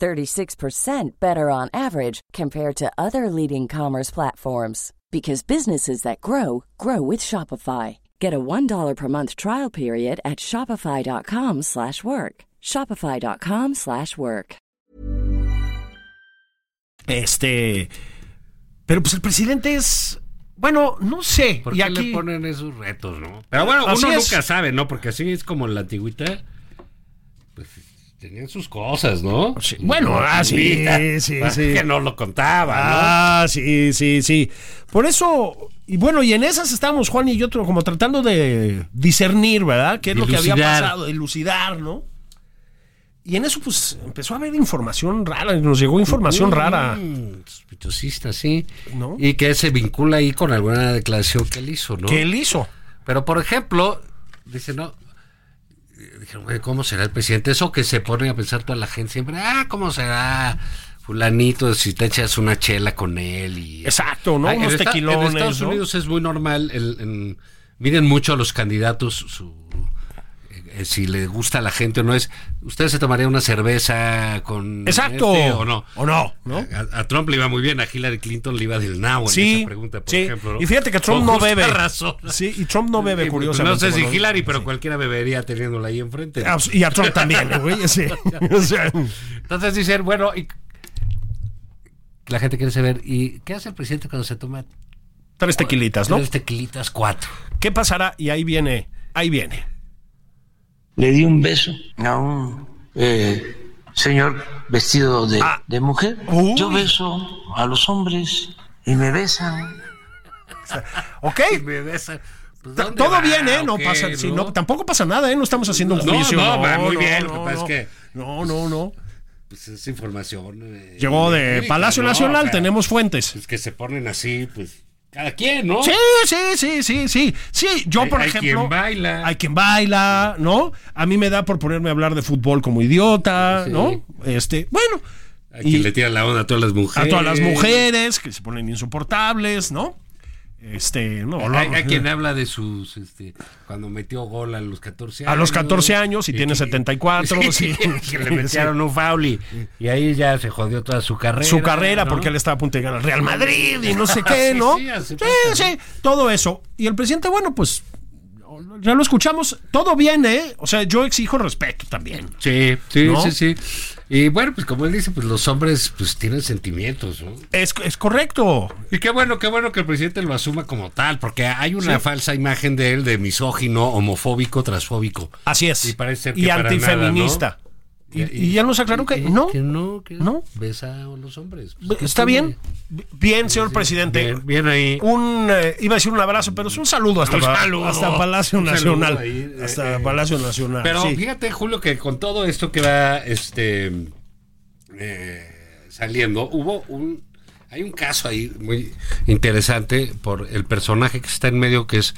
Speaker 4: 36% better on average compared to other leading commerce platforms because businesses that grow grow with Shopify. Get a $1 per month trial period at shopify.com/work. slash work. shopify.com/work. slash work.
Speaker 3: Este. Pero pues el presidente es. Bueno, no sé.
Speaker 1: ¿Por
Speaker 3: Y
Speaker 1: qué
Speaker 3: aquí.
Speaker 1: le ponen esos retos, no? Pero bueno,
Speaker 3: Así
Speaker 1: uno
Speaker 3: es.
Speaker 1: nunca sabe, ¿no? Porque así es como en la antigüita. Pues tenían sus cosas, ¿no?
Speaker 3: Sí. Bueno, ah, sí,
Speaker 1: (laughs)
Speaker 3: sí, sí.
Speaker 1: Que no lo contaba,
Speaker 3: Ah, sí, sí, sí. Por eso, y bueno, y en esas estábamos Juan y yo tro- como tratando de discernir, ¿verdad? ¿Qué es lo que había
Speaker 1: Dilucidar.
Speaker 3: pasado? Dilucidar, ¿no? Y en eso, pues, empezó a haber información rara, y nos llegó información
Speaker 1: ¿no?
Speaker 3: rara.
Speaker 1: Mm, Sospechosista, sí.
Speaker 3: ¿No?
Speaker 1: Y que se vincula ahí con alguna declaración que él hizo, ¿no?
Speaker 3: que él hizo?
Speaker 1: Pero, por ejemplo, dice, no. Dijeron, güey, ¿cómo será el presidente? Eso que se pone a pensar toda la gente siempre, ah, ¿cómo será? Fulanito, si te echas una chela con él y.
Speaker 3: Exacto, ¿no?
Speaker 1: Ay,
Speaker 3: Unos
Speaker 1: en esta-
Speaker 3: tequilones,
Speaker 1: En Estados
Speaker 3: ¿no?
Speaker 1: Unidos es muy normal. el- en- miren mucho a los candidatos su- eh, eh, si le gusta a la gente o no es. ¿Usted se tomaría una cerveza con.
Speaker 3: Exacto.
Speaker 1: este o no?
Speaker 3: O no, ¿no?
Speaker 1: A, a Trump le iba muy bien, a Hillary Clinton le iba del nabo en
Speaker 3: Sí,
Speaker 1: esa pregunta, por
Speaker 3: sí.
Speaker 1: ejemplo. ¿no?
Speaker 3: Y fíjate que Trump
Speaker 1: Con
Speaker 3: no
Speaker 1: justa
Speaker 3: bebe.
Speaker 1: razón.
Speaker 3: Sí, y Trump no bebe,
Speaker 1: Sí, pues,
Speaker 3: curiosamente.
Speaker 1: No sé si
Speaker 3: bueno.
Speaker 1: Hillary, pero cualquiera bebería teniéndola ahí enfrente.
Speaker 3: Abs- Y a Trump también,
Speaker 1: (laughs)
Speaker 3: güey. sí. O sea,
Speaker 1: Entonces dicen, bueno, y la gente quiere saber, ¿y qué hace el presidente cuando se toma
Speaker 3: tres tequilitas, ¿no?
Speaker 1: tres tequilitas, cuatro?
Speaker 3: ¿Qué pasará? Y ahí viene, ahí viene.
Speaker 5: le di un beso a un eh, señor vestido de,
Speaker 3: Ah.
Speaker 5: de mujer.
Speaker 3: Uy.
Speaker 5: Yo beso a los hombres y me besan.
Speaker 3: ¿Ok?
Speaker 1: Y me besa. Pues,
Speaker 3: Ta-
Speaker 1: ¿dónde
Speaker 3: Todo
Speaker 1: va?
Speaker 3: bien, ¿eh? No
Speaker 1: ¿O qué,
Speaker 3: pasa, sí, no, tampoco pasa nada, ¿eh? No estamos haciendo un
Speaker 1: No,
Speaker 3: juicio.
Speaker 1: no, va, muy bien, lo que
Speaker 3: no,
Speaker 1: pasa es
Speaker 3: no.
Speaker 1: que-
Speaker 3: No, no, no.
Speaker 1: Pues es información. eh,
Speaker 3: Llegó de
Speaker 1: empírica,
Speaker 3: Palacio
Speaker 1: ¿no?
Speaker 3: Nacional,
Speaker 1: O sea,
Speaker 3: tenemos fuentes.
Speaker 1: Pues que se ponen así, pues, cada quien, ¿no?
Speaker 3: Sí, sí, sí, sí, sí. Sí, yo,
Speaker 1: Hay-
Speaker 3: por
Speaker 1: hay
Speaker 3: ejemplo.
Speaker 1: quien baila.
Speaker 3: Hay quien baila, ¿no? A mí me da por ponerme a hablar de fútbol como idiota,
Speaker 1: Sí.
Speaker 3: ¿no? Este, bueno.
Speaker 1: A
Speaker 3: y-
Speaker 1: quien le tiran la onda a todas las mujeres.
Speaker 3: a todas las mujeres que se ponen insoportables, ¿no? Este, no, no,
Speaker 1: Hay, hay quien habla de sus, este, cuando metió gol a los 14 años.
Speaker 3: A los 14 años y tiene
Speaker 1: que- (laughs)
Speaker 3: 74, sí. (laughs)
Speaker 1: que le metieron un foul y, y ahí ya se jodió toda su carrera.
Speaker 3: su carrera
Speaker 1: ¿no? Ah,
Speaker 3: porque él estaba a punto de ganar al Real Madrid y no sé qué, ¿no?
Speaker 1: Sí, sí,
Speaker 3: Sí,
Speaker 1: hace
Speaker 3: sí,
Speaker 1: falta,
Speaker 3: todo eso. Y el presidente, bueno, pues ya lo escuchamos, todo bien, ¿eh? O sea, yo exijo respeto también.
Speaker 1: Sí, sí,
Speaker 3: ¿No?
Speaker 1: sí, sí. Y bueno, pues como él dice, pues los hombres pues tienen sentimientos, ¿no?
Speaker 3: Es, es correcto.
Speaker 1: Y qué bueno, qué bueno que el presidente lo asuma como tal, porque hay una falsa imagen de él de misógino, homofóbico, transfóbico.
Speaker 3: Así es.
Speaker 1: Y parece ser que
Speaker 3: Y
Speaker 1: para nada,
Speaker 3: antifeminista.
Speaker 1: ¿no?
Speaker 3: Y- y ya nos aclaró que no.
Speaker 1: Que no, que
Speaker 3: No.
Speaker 1: Besa a los hombres. Pues, ¿qué
Speaker 3: ¿Está
Speaker 1: tiene?
Speaker 3: bien? Bien, señor presidente.
Speaker 1: Bien, bien ahí.
Speaker 3: Un, eh, iba a decir un abrazo, pero es un saludo hasta,
Speaker 1: Un
Speaker 3: pa-
Speaker 1: saludo.
Speaker 3: hasta Palacio
Speaker 1: Un saludo
Speaker 3: Nacional.
Speaker 1: ahí, eh,
Speaker 3: hasta
Speaker 1: eh,
Speaker 3: Palacio Nacional.
Speaker 1: Pero
Speaker 3: sí.
Speaker 1: fíjate, Julio, que con todo esto que va este eh, saliendo, hubo un hay un caso ahí muy interesante por el personaje que está en medio, que es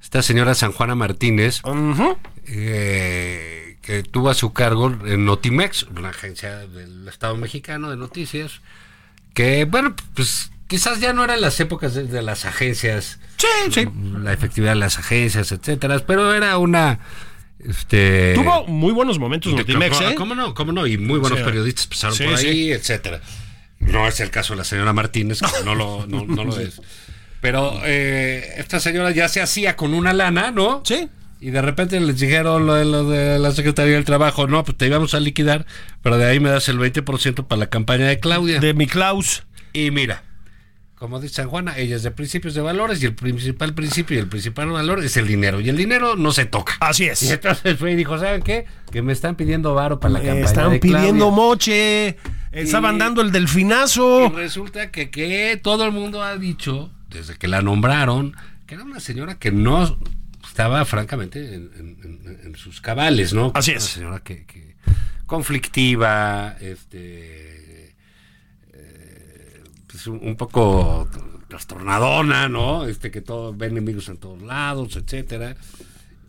Speaker 1: esta señora San Juana Martínez,
Speaker 3: Ujú.
Speaker 1: eh, que tuvo a su cargo en Notimex, una agencia del Estado mexicano de noticias, que bueno, pues quizás ya no eran las épocas de, de las agencias,
Speaker 3: Sí, sí.
Speaker 1: la efectividad de las agencias, etcétera, pero era una este
Speaker 3: Tuvo muy buenos momentos
Speaker 1: de-
Speaker 3: Notimex,
Speaker 1: ¿cómo-
Speaker 3: ¿eh?
Speaker 1: ¿Cómo no? ¿Cómo no? Y muy buenos
Speaker 3: Sí.
Speaker 1: periodistas pasaron
Speaker 3: Sí,
Speaker 1: por
Speaker 3: sí.
Speaker 1: ahí, etcétera. No es el caso de la señora Martínez, que no lo, no, no lo es. Pero eh, esta señora ya se hacía con una lana, ¿no?
Speaker 3: Sí.
Speaker 1: Y de repente les dijeron lo de, lo de la Secretaría del Trabajo, no, pues te íbamos a liquidar, pero de ahí me das el 20% para la campaña de Claudia.
Speaker 3: De mi Klaus.
Speaker 1: Y mira, como dice San Juana, ella es de principios de valores y el principal principio y el principal valor es el dinero. Y el dinero no se toca.
Speaker 3: Así
Speaker 1: Y
Speaker 3: es.
Speaker 1: entonces fue y dijo, ¿saben qué? Que me están pidiendo varo para la
Speaker 3: Eh,
Speaker 1: campaña
Speaker 3: Están
Speaker 1: de
Speaker 3: pidiendo
Speaker 1: Claudia".
Speaker 3: moche. Estaban dando el
Speaker 1: Y
Speaker 3: delfinazo.
Speaker 1: resulta que, que todo el mundo ha dicho, desde que la nombraron, que era una señora que no estaba francamente en, en- en- en sus cabales, ¿no?
Speaker 3: Así
Speaker 1: Una
Speaker 3: es.
Speaker 1: señora que, que conflictiva, este... eh, pues un, un poco trastornadona, ¿no? Este que todo ve enemigos en todos lados, etcétera.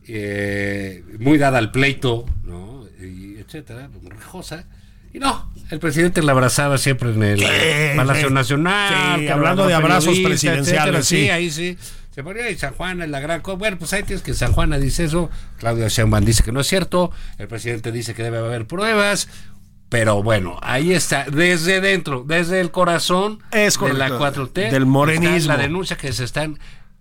Speaker 1: eh, muy dada al pleito, ¿no? Y etcétera, morrejosa. Y no, el presidente la abrazaba siempre en el Palacio
Speaker 3: sí.
Speaker 1: Nacional.
Speaker 3: Sí,
Speaker 1: que
Speaker 3: hablando de
Speaker 1: abrazó
Speaker 3: abrazos
Speaker 1: periodistas,
Speaker 3: presidenciales,
Speaker 1: etcétera,
Speaker 3: sí.
Speaker 1: ahí sí. Se ponía y San Juana es la gran cosa. Bueno, pues ahí tienes que San Juana dice eso, Claudia Sheinbaum dice que no es cierto, el presidente dice que debe haber pruebas. Pero bueno, ahí está, desde dentro, desde el corazón
Speaker 3: Es
Speaker 1: de la
Speaker 3: correcto,
Speaker 1: 4T,
Speaker 3: del morenismo.
Speaker 1: está La denuncia que se están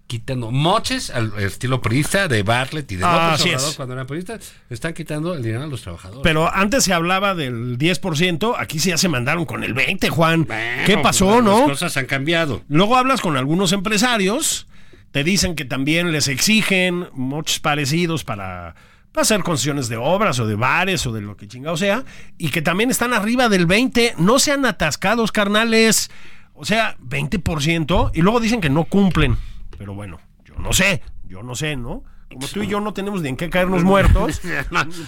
Speaker 1: quitando moches al estilo priista de Bartlett y de
Speaker 3: Ah,
Speaker 1: López
Speaker 3: así
Speaker 1: Obrador
Speaker 3: es.
Speaker 1: cuando eran priistas, están quitando el dinero a los trabajadores.
Speaker 3: Pero antes se hablaba del 10%, aquí sí ya se mandaron con el 20, Juan.
Speaker 1: Bueno,
Speaker 3: ¿Qué pasó,
Speaker 1: pues, Las
Speaker 3: no?
Speaker 1: cosas han cambiado.
Speaker 3: Luego hablas con algunos empresarios, te dicen que también les exigen muchos parecidos para, para hacer concesiones de obras o de bares o de lo que chingado sea, y que también están arriba del 20, no sean atascados, carnales, o sea, 20%, y luego dicen que no cumplen. Pero bueno, yo no sé, yo no sé, ¿no? Como tú y yo no tenemos ni en
Speaker 1: (laughs)
Speaker 3: qué caernos muertos,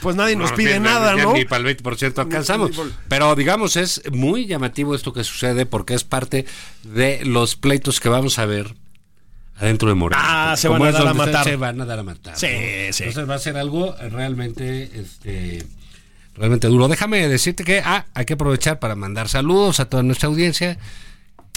Speaker 3: pues nadie nos
Speaker 1: No,
Speaker 3: pide
Speaker 1: ya-
Speaker 3: nada,
Speaker 1: ya
Speaker 3: ¿no?
Speaker 1: Ni para el 20% alcanzamos.
Speaker 3: Ni- ni por-
Speaker 1: Pero digamos, es muy llamativo esto que sucede porque es parte de los pleitos que vamos a ver adentro de Morena.
Speaker 3: Ah,
Speaker 1: Porque
Speaker 3: se
Speaker 1: como
Speaker 3: van a
Speaker 1: es
Speaker 3: dar a
Speaker 1: donde
Speaker 3: matar.
Speaker 1: Se van a dar a matar.
Speaker 3: Sí,
Speaker 1: ¿no?
Speaker 3: sí.
Speaker 1: Entonces va a ser algo realmente... este Realmente duro. Déjame decirte que ah, hay que aprovechar para mandar saludos a toda nuestra audiencia.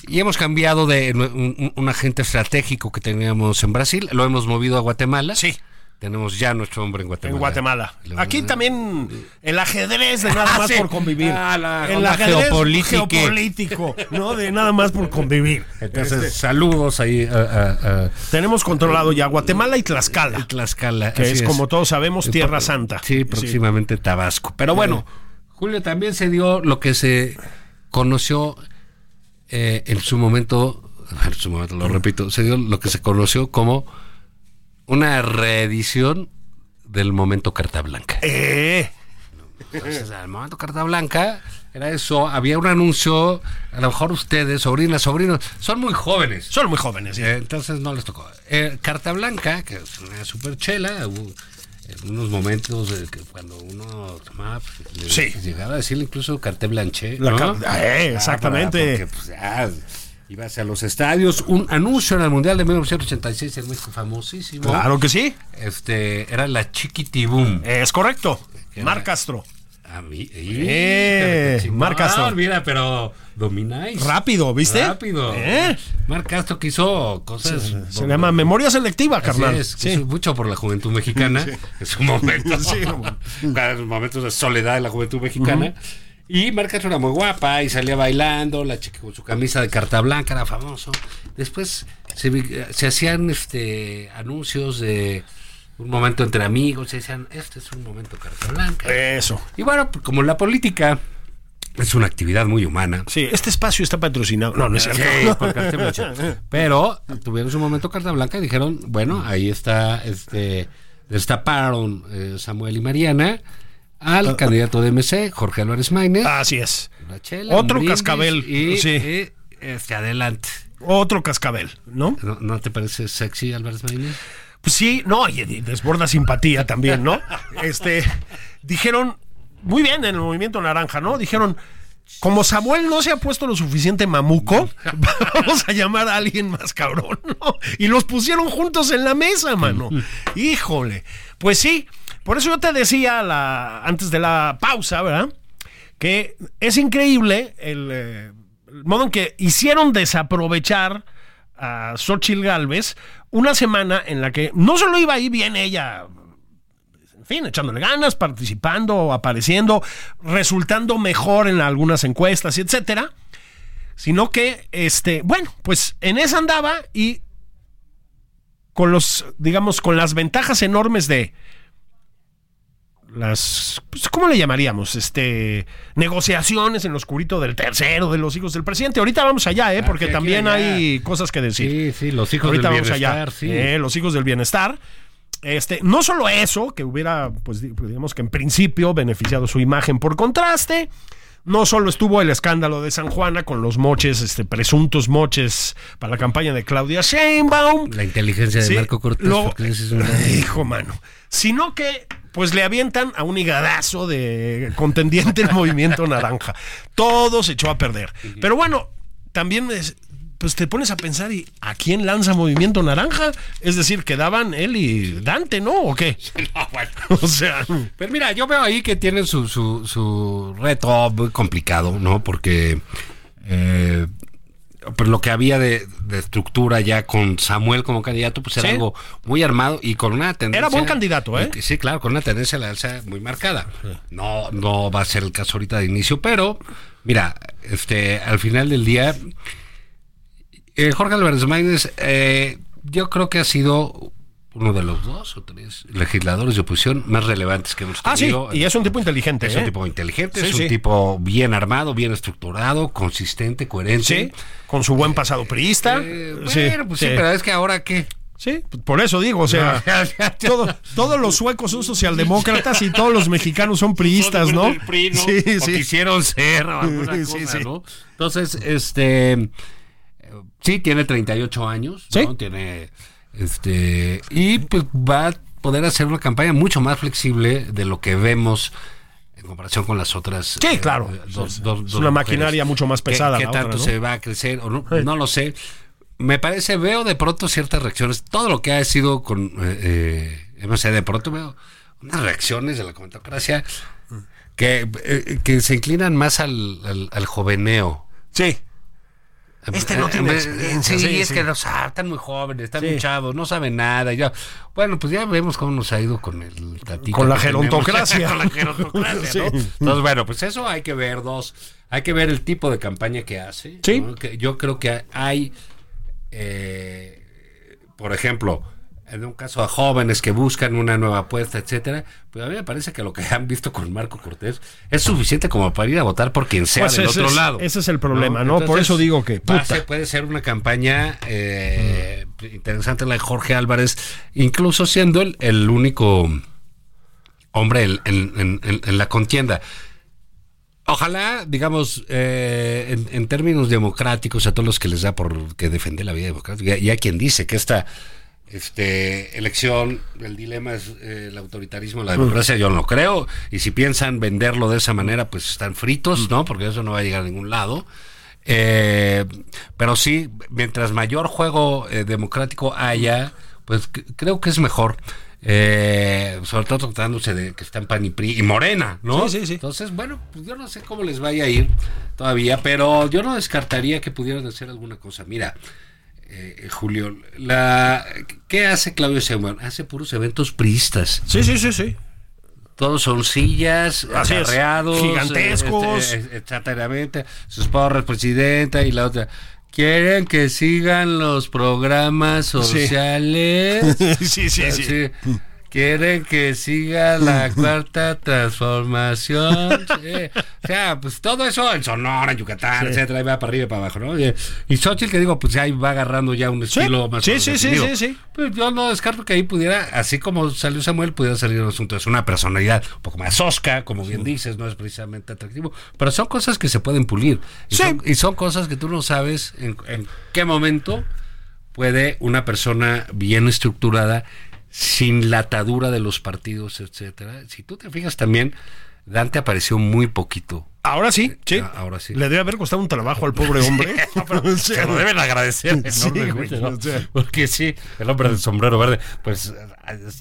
Speaker 1: Y hemos cambiado de un, un- un agente estratégico que teníamos en Brasil, lo hemos movido a Guatemala.
Speaker 3: Sí.
Speaker 1: Tenemos ya nuestro hombre en Guatemala.
Speaker 3: En Guatemala.
Speaker 1: Le vamos
Speaker 3: Aquí
Speaker 1: a-
Speaker 3: también el ajedrez de nada
Speaker 1: Ah,
Speaker 3: más
Speaker 1: sí.
Speaker 3: por convivir.
Speaker 1: Ah, la
Speaker 3: el
Speaker 1: onda
Speaker 3: ajedrez
Speaker 1: geopolítica.
Speaker 3: geopolítico, ¿no? De nada más por convivir.
Speaker 1: Entonces,
Speaker 3: Este-
Speaker 1: saludos ahí a, a- a
Speaker 3: Tenemos controlado ya Guatemala y Tlaxcala,
Speaker 1: Tlaxcala.
Speaker 3: que
Speaker 1: así
Speaker 3: es, como todos sabemos Tierra
Speaker 1: Pro-
Speaker 3: Santa.
Speaker 1: Sí, próximamente Tabasco.
Speaker 3: Eh.
Speaker 1: Pero bueno, Julio también se dio lo que se conoció eh, en su momento, (laughs) en su momento, lo repito, se dio lo que se conoció como una reedición del momento Carta Blanca.
Speaker 3: Eh,
Speaker 1: Entonces, al momento carta blanca, era eso, había un anuncio, a lo mejor ustedes, sobrinas, sobrinos, son muy jóvenes.
Speaker 3: son muy jóvenes. sí.
Speaker 1: Eh, Entonces no les tocó. Eh, carta blanca, que es una super chela, hubo en unos momentos eh, que cuando uno tomaba, pues, le-
Speaker 3: Sí.
Speaker 1: llegaba a decirle incluso cartel blanche.
Speaker 3: La
Speaker 1: ¿no?
Speaker 3: car- ah, eh,
Speaker 1: Ah,
Speaker 3: exactamente.
Speaker 1: porque, pues, ah, ibas a los estadios, un anuncio en el Mundial de 1986 en México famosísimo.
Speaker 3: Claro que sí.
Speaker 1: Este, era la Chiquitibum.
Speaker 3: Es correcto.
Speaker 1: Qué
Speaker 3: Mar
Speaker 1: ra-
Speaker 3: Castro.
Speaker 1: A mí,
Speaker 3: Eh,
Speaker 1: híjole, chingón. Ah,
Speaker 3: Marc Castro.
Speaker 1: Mira, pero domináis.
Speaker 3: Rápido, ¿viste?
Speaker 1: Rápido.
Speaker 3: Eh,
Speaker 1: Marc Castro que hizo cosas.
Speaker 3: Se llama memoria selectiva,
Speaker 1: Así
Speaker 3: carnal.
Speaker 1: es, que
Speaker 3: Sí.
Speaker 1: hizo mucho por la juventud mexicana (laughs) en su momento. Cada momentos de soledad de la juventud mexicana. Y Marc Castro era muy guapa y salía bailando, la chica con su camisa de carta blanca era famoso. Después se, vi- se hacían este anuncios de un momento entre amigos, se decían, este es un momento carta blanca.
Speaker 3: Eso.
Speaker 1: Y bueno, pues, como la política es una actividad muy humana.
Speaker 3: Sí, este espacio está patrocinado. No, no es cierto.
Speaker 1: Sí, por carta blanca. Pero tuvieron su momento carta blanca y dijeron, bueno, ahí está, este, destaparon eh, Samuel y Mariana
Speaker 3: Ah,
Speaker 1: al candidato de MC, Jorge Álvarez Maínez,
Speaker 3: Así es.
Speaker 1: la chela,
Speaker 3: Ah, otro
Speaker 1: un brindis
Speaker 3: cascabel,
Speaker 1: y,
Speaker 3: sí.
Speaker 1: y, este, adelante.
Speaker 3: Otro cascabel, ¿no?
Speaker 1: ¿No, no te parece sexy Álvarez Maínez?
Speaker 3: Pues sí, no, y y desborda simpatía también, ¿no? Este, dijeron, muy bien en el movimiento naranja, ¿no? Dijeron, como Samuel no se ha puesto lo suficiente mamuco, (laughs) vamos a llamar a alguien más cabrón, ¿no? Y los pusieron juntos en la mesa, mano. Híjole. Pues sí, por eso yo te decía la, antes de la pausa, ¿verdad? Que es increíble el... eh, el modo en que hicieron desaprovechar a Xochitl Galvez una semana en la que no solo iba ahí bien ella, en fin, echándole ganas, participando, apareciendo, resultando mejor en algunas encuestas, y etcétera, sino que, este, bueno, pues en esa andaba y con los, digamos, con las ventajas enormes de las, pues, ¿cómo le llamaríamos? Este, negociaciones en lo oscurito del tercero, de los hijos del presidente. Ahorita vamos allá, ¿eh? Porque
Speaker 1: aquí, aquí,
Speaker 3: también
Speaker 1: allá.
Speaker 3: hay cosas que decir.
Speaker 1: Sí, sí, los hijos
Speaker 3: Ahorita
Speaker 1: del
Speaker 3: vamos allá.
Speaker 1: bienestar, sí.
Speaker 3: Eh, los hijos del bienestar. Este, no solo eso, que hubiera, pues di- digamos que en principio beneficiado su imagen por contraste. No solo estuvo el escándalo de San Juana con los moches, este, presuntos moches para la campaña de Claudia Sheinbaum.
Speaker 1: La inteligencia de
Speaker 3: Sí,
Speaker 1: Marco Cortés.
Speaker 3: luego-
Speaker 1: porque ese es un-
Speaker 3: (laughs) Hijo, mano. Sino que, pues le avientan a un higadazo de contendiente el (laughs) movimiento naranja. Todo se echó a perder. Pero bueno, también es- pues te pones a pensar, ¿y a quién lanza movimiento naranja? Es decir, quedaban él y Dante, ¿no?
Speaker 1: (laughs)
Speaker 3: ¿O qué?
Speaker 1: No, bueno.
Speaker 3: (laughs) O sea,
Speaker 1: Pero mira, yo veo ahí que tienen su, su, su reto muy complicado, ¿no? Porque eh, pero lo que había de, de estructura ya con Samuel como candidato, pues era
Speaker 3: Sí.
Speaker 1: algo muy armado y con una tendencia.
Speaker 3: Era buen candidato, ¿eh?
Speaker 1: Sí, claro, con una tendencia a la alza muy marcada. No, no va a ser el caso ahorita de inicio, pero mira, este, al final del día, eh, Jorge Álvarez Maínez, eh, yo creo que ha sido uno de los dos o tres legisladores de oposición más relevantes que hemos
Speaker 3: ah, sí,
Speaker 1: tenido.
Speaker 3: y es un tipo inteligente.
Speaker 1: Es un
Speaker 3: ¿eh?
Speaker 1: tipo inteligente,
Speaker 3: Sí,
Speaker 1: es un
Speaker 3: sí.
Speaker 1: tipo bien armado, bien estructurado, consistente,
Speaker 3: Sí,
Speaker 1: coherente.
Speaker 3: con su buen pasado priista.
Speaker 1: Eh,
Speaker 3: Sí,
Speaker 1: bueno, pues sí,
Speaker 3: sí.
Speaker 1: pero es que ahora qué.
Speaker 3: Sí, por eso digo, o sea,
Speaker 1: (laughs) Ya, ya, ya.
Speaker 3: todo- todos los suecos son socialdemócratas y todos los mexicanos son priistas, ¿no?
Speaker 1: del PRI, ¿no?
Speaker 3: Sí,
Speaker 1: O
Speaker 3: sí.
Speaker 1: quisieron ser
Speaker 3: (laughs)
Speaker 1: o alguna
Speaker 3: Sí,
Speaker 1: cosa,
Speaker 3: sí.
Speaker 1: ¿no? Entonces, este eh, sí tiene 38 años, ¿no?
Speaker 3: Sí.
Speaker 1: Tiene este y pues va a poder hacer una campaña mucho más flexible de lo que vemos en comparación con las otras. eh,
Speaker 3: Sí, claro.
Speaker 1: dos- dos- dos
Speaker 3: una
Speaker 1: mujeres.
Speaker 3: maquinaria mucho más pesada
Speaker 1: ¿Qué,
Speaker 3: la
Speaker 1: qué
Speaker 3: otra,
Speaker 1: tanto
Speaker 3: ¿no?
Speaker 1: se va a crecer o no? No lo sé. Me parece, veo de pronto ciertas reacciones. Todo lo que ha sido con. Eh, eh, no sé, de pronto veo unas reacciones de la comentocracia que, eh, que se inclinan más al, al, al joveneo.
Speaker 3: Sí. Este no
Speaker 1: Eh,
Speaker 3: tiene
Speaker 1: eh,
Speaker 3: experiencia,
Speaker 1: Sí,
Speaker 3: sí,
Speaker 1: es
Speaker 3: sí.
Speaker 1: que los, ah, están muy jóvenes, están muy chavos, no saben nada. y ya. Bueno, pues ya vemos cómo nos ha ido con el tatito.
Speaker 3: Con la
Speaker 1: que tenemos. (laughs)
Speaker 3: gerontocracia.
Speaker 1: con la gerontocracia, ¿no?
Speaker 3: (laughs) Sí.
Speaker 1: Entonces, bueno, pues eso hay que ver, dos. Hay que ver el tipo de campaña que hace.
Speaker 3: Sí.
Speaker 1: ¿no? Que yo creo que hay, eh, por ejemplo, en un caso a jóvenes que buscan una nueva apuesta, etcétera, pues a mí me parece que lo que han visto con Marco Cortés es suficiente como para ir a votar por quien sea
Speaker 3: Pues
Speaker 1: del
Speaker 3: ese
Speaker 1: otro
Speaker 3: es-
Speaker 1: lado.
Speaker 3: ese es el problema, ¿no? Por eso digo que,
Speaker 1: va a
Speaker 3: puta.
Speaker 1: ser- puede ser una campaña eh, interesante la de Jorge Álvarez, incluso siendo el, el único hombre en, en- en- en- en la contienda. Ojalá, digamos, eh, en, en términos democráticos, a todos los que les da por que defender la vida democrática, y a quien dice que esta este, elección, el dilema es eh, el autoritarismo,
Speaker 3: Mm.
Speaker 1: la democracia, yo no creo, y si piensan venderlo de esa manera, pues están
Speaker 3: Mm.
Speaker 1: fritos, ¿no? Porque eso no va a llegar a ningún lado. Eh, pero sí, mientras mayor juego eh, democrático haya, pues c- creo que es mejor. Eh, sobre todo tratándose de que están PAN y PRI y Morena, ¿no?
Speaker 3: Sí, sí, sí.
Speaker 1: Entonces, bueno, pues yo no sé cómo les vaya a ir todavía, pero yo no descartaría que pudieran hacer alguna cosa. Mira, eh, Julio, la, ¿qué hace Claudio Sheinbaum? Hace puros eventos priistas.
Speaker 3: Sí, sí, sí, sí.
Speaker 1: Todos son sillas,
Speaker 3: Así es,
Speaker 1: acarreados,
Speaker 3: gigantescos.
Speaker 1: eh, este, eh, Exactamente. Sus porras, presidenta y la otra. Quieren que sigan los programas sociales.
Speaker 3: (laughs) Sí, sí, sí.
Speaker 1: Así, Ah, Quieren que siga
Speaker 3: (laughs)
Speaker 1: la cuarta transformación. Sí. O sea, pues todo eso en Sonora, en Yucatán, etcétera, ahí va para arriba y para abajo, ¿no? Y y Xochitl, que digo, pues ahí va agarrando ya un estilo más
Speaker 3: sí,
Speaker 1: o menos
Speaker 3: sí, sí,
Speaker 1: definido.
Speaker 3: sí, sí.
Speaker 1: Pues yo no descarto que ahí pudiera, así como salió Samuel, pudiera salir el asunto. Es una personalidad un poco más osca, como bien dices, no es precisamente atractivo, pero son cosas que se pueden pulir. Y,
Speaker 3: Sí.
Speaker 1: son, y son cosas que tú no sabes en, en qué momento puede una persona bien estructurada, sin la atadura de los partidos, etcétera. Si tú te fijas también, Dante apareció muy poquito.
Speaker 3: Ahora sí, sí.
Speaker 1: Ah, ahora sí.
Speaker 3: Le debe haber costado un trabajo al pobre
Speaker 1: (laughs)
Speaker 3: hombre. (laughs) O sea,
Speaker 1: Se lo deben agradecer
Speaker 3: Sí, güey,
Speaker 1: enormemente, ¿no?
Speaker 3: o sea.
Speaker 1: Porque sí, el hombre del sombrero verde, pues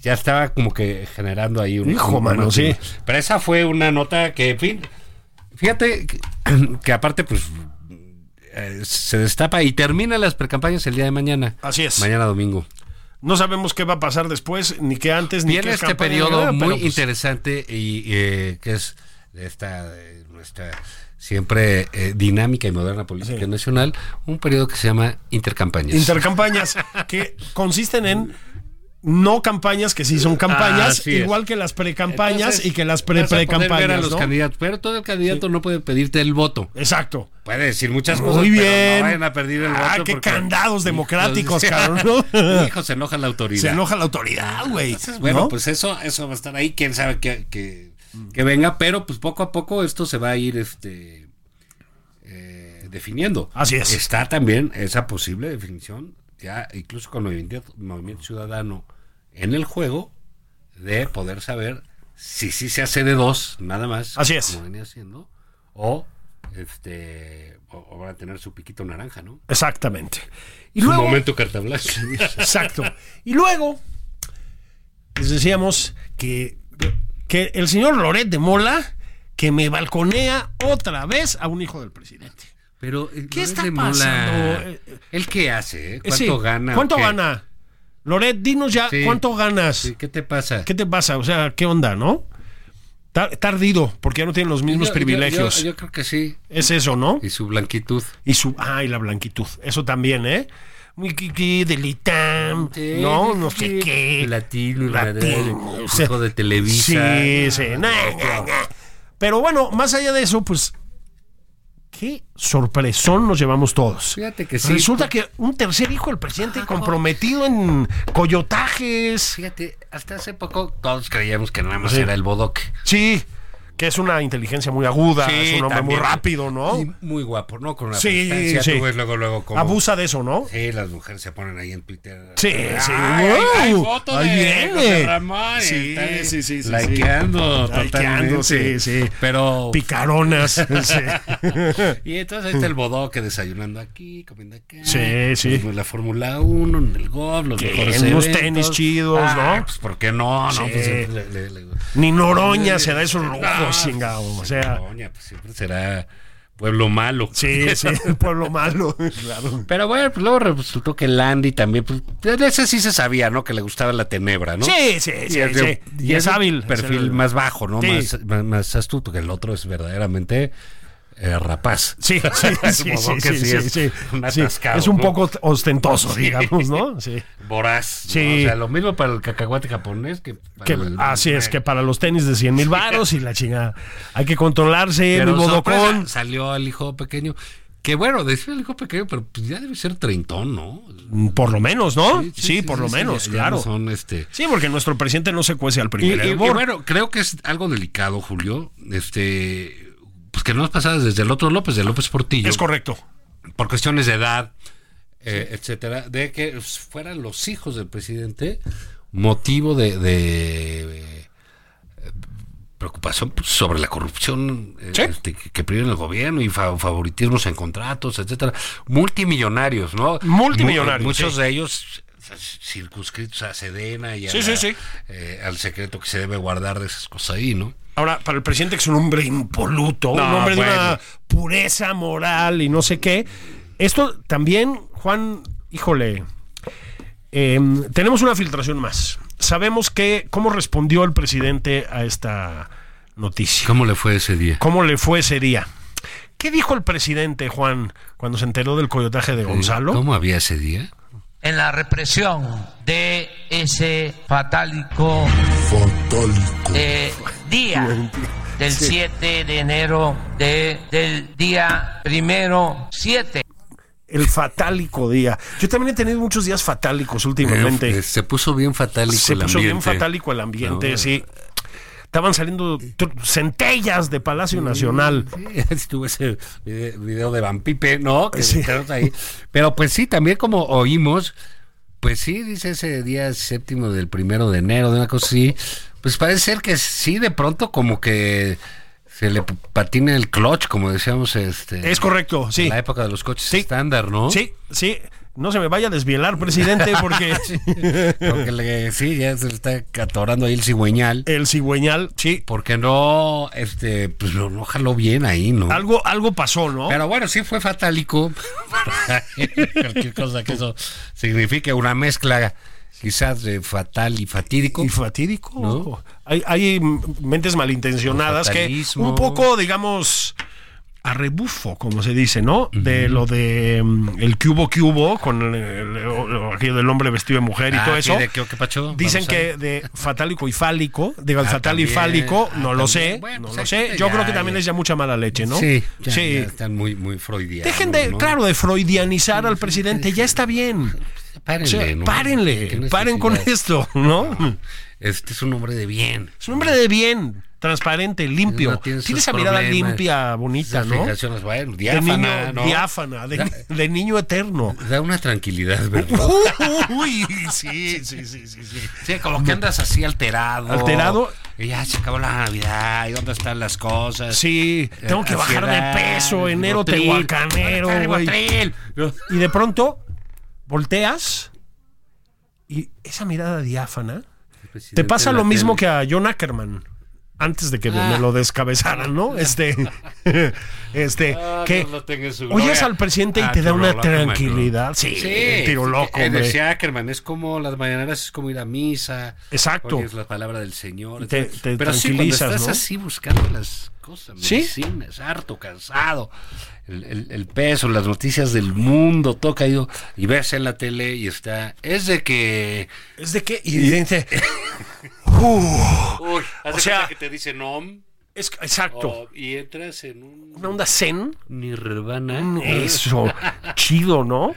Speaker 1: ya estaba como que generando ahí un...
Speaker 3: Hijo,
Speaker 1: un-
Speaker 3: mano,
Speaker 1: un-
Speaker 3: sí.
Speaker 1: Pero (clears throat) esa fue una nota que, en fin, fíjate que, que aparte, pues eh, se destapa y termina las precampañas el día de mañana.
Speaker 3: Así es.
Speaker 1: Mañana domingo.
Speaker 3: No sabemos qué va a pasar después, ni qué antes, ni qué
Speaker 1: Viene este
Speaker 3: campaña,
Speaker 1: periodo
Speaker 3: nada,
Speaker 1: muy
Speaker 3: pero, pues,
Speaker 1: interesante y eh, que es de esta eh, nuestra siempre eh, dinámica y moderna política nacional, un periodo que se llama intercampañas.
Speaker 3: Intercampañas que consisten en no campañas, que sí son campañas,
Speaker 1: Ah, Así es.
Speaker 3: igual que las precampañas
Speaker 1: Entonces,
Speaker 3: y que
Speaker 1: vas
Speaker 3: las
Speaker 1: a poder ver a
Speaker 3: pre-precampañas.
Speaker 1: los
Speaker 3: ¿no?
Speaker 1: candidatos, pero todo el candidato no puede pedirte el voto.
Speaker 3: Exacto.
Speaker 1: Puede decir muchas
Speaker 3: Muy
Speaker 1: cosas, pero
Speaker 3: bien.
Speaker 1: no vayan a perder el
Speaker 3: Ah,
Speaker 1: voto
Speaker 3: qué
Speaker 1: porque-
Speaker 3: candados
Speaker 1: (laughs)
Speaker 3: democráticos, cabrón, ¿no?
Speaker 1: Hijo, se enoja la autoridad.
Speaker 3: Se enoja la autoridad, güey.
Speaker 1: Bueno,
Speaker 3: ¿no? Mm.
Speaker 1: pues eso, eso va a estar ahí, quién sabe que, que- que venga, pero pues poco a poco esto se va a ir este eh, definiendo.
Speaker 3: Así es.
Speaker 1: Está también esa posible definición, ya incluso con movimiento, movimiento ciudadano en el juego, de poder saber si sí se hace de dos, nada más.
Speaker 3: Así es.
Speaker 1: Como venía haciendo, o este o, o van a tener su piquito naranja, ¿no?
Speaker 3: Exactamente. Y
Speaker 1: Un
Speaker 3: luego,
Speaker 1: momento carta
Speaker 3: (laughs)
Speaker 1: blanca.
Speaker 3: exacto. Y luego, les decíamos que, que el señor Loret de Mola, que me balconea otra vez a un hijo del presidente.
Speaker 1: Pero eh,
Speaker 3: ¿Qué
Speaker 1: Loret
Speaker 3: está
Speaker 1: de Mola,
Speaker 3: pasando? Eh,
Speaker 1: ¿El qué hace? eh?
Speaker 3: Eh,
Speaker 1: ¿Cuánto
Speaker 3: sí,
Speaker 1: gana?
Speaker 3: ¿Cuánto
Speaker 1: o qué?
Speaker 3: gana? Loret, dinos ya,
Speaker 1: Sí.
Speaker 3: ¿cuánto ganas?
Speaker 1: Sí, ¿Qué te pasa?
Speaker 3: ¿Qué te pasa? O sea, ¿qué onda, no? Ta- Tardido, porque ya no tienen los mismos
Speaker 1: Yo- yo-
Speaker 3: privilegios.
Speaker 1: Yo, yo creo que sí.
Speaker 3: Es eso, ¿no?
Speaker 1: Y su blanquitud.
Speaker 3: Y su. Ah, y la blanquitud. Eso también, ¿eh? Muy que- que del ITAM, no, no sé qué.
Speaker 1: Latino,
Speaker 3: Latino,
Speaker 1: hijo
Speaker 3: o sea,
Speaker 1: de Televisa.
Speaker 3: Sí, sí. na, na, na. Pero bueno, más allá de eso, pues. Qué sorpresón nos llevamos todos.
Speaker 1: Fíjate que sí. pues.
Speaker 3: Resulta que un tercer hijo del presidente comprometido en coyotajes.
Speaker 1: Fíjate, hasta hace poco todos creíamos que nada más
Speaker 3: Sí.
Speaker 1: era el bodoque.
Speaker 3: Sí, que es una inteligencia muy aguda, es un hombre muy
Speaker 1: también.
Speaker 3: rápido, ¿no?
Speaker 1: Y muy guapo, ¿no? Con una
Speaker 3: Oh. Sí,
Speaker 1: presencia,
Speaker 3: sí.
Speaker 1: tú ves luego, luego como...
Speaker 3: Abusa de eso, ¿no?
Speaker 1: Sí, las mujeres se ponen ahí en Twitter.
Speaker 3: Sí, sí.
Speaker 1: Ay,
Speaker 3: ¡Wow!
Speaker 1: hay- hay foto
Speaker 3: Ahí
Speaker 1: de
Speaker 3: viene.
Speaker 1: José Ramón,
Speaker 3: Sí,
Speaker 1: está ahí
Speaker 3: sí, sí, sí,
Speaker 1: Likeando,
Speaker 3: sí. Likeando,
Speaker 1: totalmente.
Speaker 3: sí, sí.
Speaker 1: Pero...
Speaker 3: Picaronas. sí.
Speaker 1: (laughs) Y entonces ahí está el bodoque desayunando aquí, comiendo acá.
Speaker 3: Sí, sí.
Speaker 1: Pues, la Fórmula 1, en el golf, los
Speaker 3: Que
Speaker 1: mejores
Speaker 3: unos
Speaker 1: eventos.
Speaker 3: tenis chidos,
Speaker 1: Ah,
Speaker 3: ¿no?
Speaker 1: Pues ¿por qué no?
Speaker 3: Sí.
Speaker 1: No, pues, le- le- le-
Speaker 3: Ni Noroña se da esos
Speaker 1: Ah,
Speaker 3: lujos, chingado. O
Speaker 1: pues,
Speaker 3: sea,
Speaker 1: Noroña, pues, siempre será pueblo malo. (laughs)
Speaker 3: sí, sí, el pueblo malo. Claro.
Speaker 1: Pero bueno, pues luego resultó que Landy también, pues de ese sí se sabía, ¿no? Que le gustaba la tenebra, ¿no?
Speaker 3: Sí, sí, sí.
Speaker 1: es,
Speaker 3: sí. Y es hábil.
Speaker 1: Perfil
Speaker 3: Es el-
Speaker 1: más bajo, ¿no?
Speaker 3: Sí.
Speaker 1: Más, más, más astuto, que el otro es verdaderamente eh, rapaz. (laughs)
Speaker 3: Sí, sí,
Speaker 1: El
Speaker 3: sí, sí,
Speaker 1: bodoque
Speaker 3: sí,
Speaker 1: sí
Speaker 3: sí,
Speaker 1: es
Speaker 3: sí.
Speaker 1: un
Speaker 3: Sí,
Speaker 1: atascado,
Speaker 3: Es un
Speaker 1: ¿no?
Speaker 3: poco ostentoso,
Speaker 1: (laughs)
Speaker 3: digamos, ¿no? Sí.
Speaker 1: voraz. ¿no?
Speaker 3: Sí.
Speaker 1: O sea, lo mismo para el cacahuate japonés que para
Speaker 3: Que-
Speaker 1: el-
Speaker 3: así es, que para los tenis de 100 mil varos y la chingada. Hay que controlarse, mi
Speaker 1: Pero sorpresa,
Speaker 3: bodocón.
Speaker 1: salió el hijo pequeño. Que bueno, decía el hijo pequeño, pero pues ya debe ser treintón, ¿no?
Speaker 3: Por lo menos, ¿no? Sí,
Speaker 1: Sí, sí,
Speaker 3: por
Speaker 1: sí,
Speaker 3: lo
Speaker 1: sí,
Speaker 3: menos,
Speaker 1: ya- ya
Speaker 3: claro.
Speaker 1: no son este.
Speaker 3: Sí, porque nuestro presidente no se cuece al
Speaker 1: Y,
Speaker 3: primer
Speaker 1: y- y
Speaker 3: hervor.
Speaker 1: bueno, creo que es algo delicado, Julio. Este, pues que no nos pasaba desde el otro López, de López Portillo,
Speaker 3: Es correcto.
Speaker 1: por cuestiones de edad, eh, etcétera, de que pues, fueran los hijos del presidente motivo de, de, eh, preocupación pues, sobre la corrupción eh,
Speaker 3: Sí.
Speaker 1: este, que, que priva en el gobierno y fa- favoritismos en contratos, etcétera. Multimillonarios, ¿no?
Speaker 3: Multimillonarios,
Speaker 1: Mu- muchos
Speaker 3: sí.
Speaker 1: de ellos circunscritos a Sedena y a
Speaker 3: Sí, sí, sí.
Speaker 1: eh, al secreto que se debe guardar de esas cosas ahí, ¿no?
Speaker 3: Ahora, para el presidente que es un hombre impoluto, un
Speaker 1: No,
Speaker 3: hombre de una
Speaker 1: bueno.
Speaker 3: pureza moral y no sé qué. Esto también, Juan, híjole, eh, tenemos una filtración más. Sabemos que cómo respondió el presidente a esta noticia.
Speaker 1: ¿Cómo le fue ese día?
Speaker 3: ¿Cómo le fue ese día? ¿Qué dijo el presidente, Juan, cuando se enteró del coyotaje de Gonzalo?
Speaker 1: ¿Cómo había ese día?
Speaker 6: en la represión de ese fatálico eh, día del 7 de enero de- del día primero 7.
Speaker 3: El fatálico día. Yo también he tenido muchos días fatálicos últimamente.
Speaker 1: Eh, se puso bien fatálico
Speaker 3: Se
Speaker 1: el
Speaker 3: puso bien
Speaker 1: ambiente.
Speaker 3: fatálico el ambiente,
Speaker 1: No.
Speaker 3: sí. Estaban saliendo tr- centellas de Palacio Nacional.
Speaker 1: Sí, (laughs) estuvo ese vide- video de Van Pipe, ¿no? Que entraron ahí. Pero pues sí, también como oímos, pues sí, dice ese día séptimo del primero de enero, de una cosa así, pues parece ser que sí, de pronto como que se le patina el clutch, como decíamos, este...
Speaker 3: Es correcto, sí.
Speaker 1: En la época de los coches
Speaker 3: Sí.
Speaker 1: estándar, ¿no?
Speaker 3: Sí, sí. No se me vaya a
Speaker 1: (laughs)
Speaker 3: desvielar, presidente, porque
Speaker 1: Porque le, sí, ya se le está atorando ahí el cigüeñal.
Speaker 3: el cigüeñal, sí,
Speaker 1: Porque no, este, pues no, no jaló bien ahí, ¿no?
Speaker 3: algo, algo pasó, ¿no?
Speaker 1: Pero bueno, sí fue fatálico. (laughs) Cualquier cosa que eso signifique, una mezcla quizás de fatal y fatídico.
Speaker 3: y fatídico.
Speaker 1: ¿No?
Speaker 3: Hay, hay mentes malintencionadas que
Speaker 1: Fatalismo.
Speaker 3: un poco, digamos, a rebufo, como se dice, ¿no? De lo de mm, el cubo cubo con el, el- el- aquello del hombre vestido de mujer y
Speaker 1: Ah,
Speaker 3: todo
Speaker 1: sí,
Speaker 3: eso.
Speaker 1: de que- que pacho,
Speaker 3: Dicen
Speaker 1: vamos
Speaker 3: que de fatálico y fálico, digo,
Speaker 1: Ah,
Speaker 3: fatal y
Speaker 1: también,
Speaker 3: fálico,
Speaker 1: ah,
Speaker 3: no lo
Speaker 1: también.
Speaker 3: sé,
Speaker 1: Bueno,
Speaker 3: no
Speaker 1: pues
Speaker 3: lo
Speaker 1: ahí
Speaker 3: sé.
Speaker 1: está
Speaker 3: Yo
Speaker 1: ya,
Speaker 3: creo que
Speaker 1: ya.
Speaker 3: también es ya mucha mala leche, ¿no?
Speaker 1: Sí, ya- ya están muy, muy freudianos.
Speaker 3: Dejen de,
Speaker 1: ¿no?
Speaker 3: claro, de freudianizar al presidente, ya está bien. O
Speaker 1: Párenle,
Speaker 3: sea,
Speaker 1: ¿no? Qué
Speaker 3: párenle,
Speaker 1: necesidad.
Speaker 3: paren con esto, ¿no?
Speaker 1: Este es un hombre de bien.
Speaker 3: Es un hombre de bien, transparente, limpio.
Speaker 1: No
Speaker 3: Tiene,
Speaker 1: tiene sus
Speaker 3: esa mirada
Speaker 1: problemas,
Speaker 3: limpia, bonita,
Speaker 1: esas
Speaker 3: ¿no?
Speaker 1: fijaciones, bueno,
Speaker 3: De niño
Speaker 1: diáfana, ¿no?
Speaker 3: diáfana, de,
Speaker 1: (laughs) Da-
Speaker 3: de niño eterno.
Speaker 1: (laughs) Da una tranquilidad, ¿verdad?
Speaker 3: Uy, sí, sí, sí, sí, sí.
Speaker 1: Sí, como que andas así alterado.
Speaker 3: Alterado.
Speaker 1: Y ya se acabó la Navidad, ¿y dónde están las cosas? Eh,
Speaker 3: Sí, tengo que bajar de peso, enero tehuacanero, güey. Y de pronto volteas y esa mirada diáfana te pasa lo mismo que a John Ackerman antes de que me lo descabezaran, ¿no? Este, (laughs) este,
Speaker 1: Ah,
Speaker 3: que oyes al presidente y te da una tranquilidad. Sí, el tiro loco,
Speaker 1: eh,
Speaker 3: hombre.
Speaker 1: decía Ackerman, es como las mañaneras, es como ir a misa.
Speaker 3: Exacto.
Speaker 1: Es la palabra del Señor.
Speaker 3: Te- te
Speaker 1: Pero sí, cuando
Speaker 3: tranquilizas,
Speaker 1: estás
Speaker 3: ¿no?
Speaker 1: así buscando las cosas,
Speaker 3: Sí.
Speaker 1: medicinas, harto, cansado, el, el- el peso, las noticias del mundo, toca caído y ves en la tele y está, es de que...
Speaker 3: Es de qué y dice,
Speaker 1: Uy, haz
Speaker 3: O
Speaker 1: de
Speaker 3: sea-
Speaker 1: cuenta que te dicen om
Speaker 3: es, exacto,
Speaker 1: o- y entras en un
Speaker 3: una onda zen.
Speaker 1: nirvana.
Speaker 3: Eso, chido, ¿no?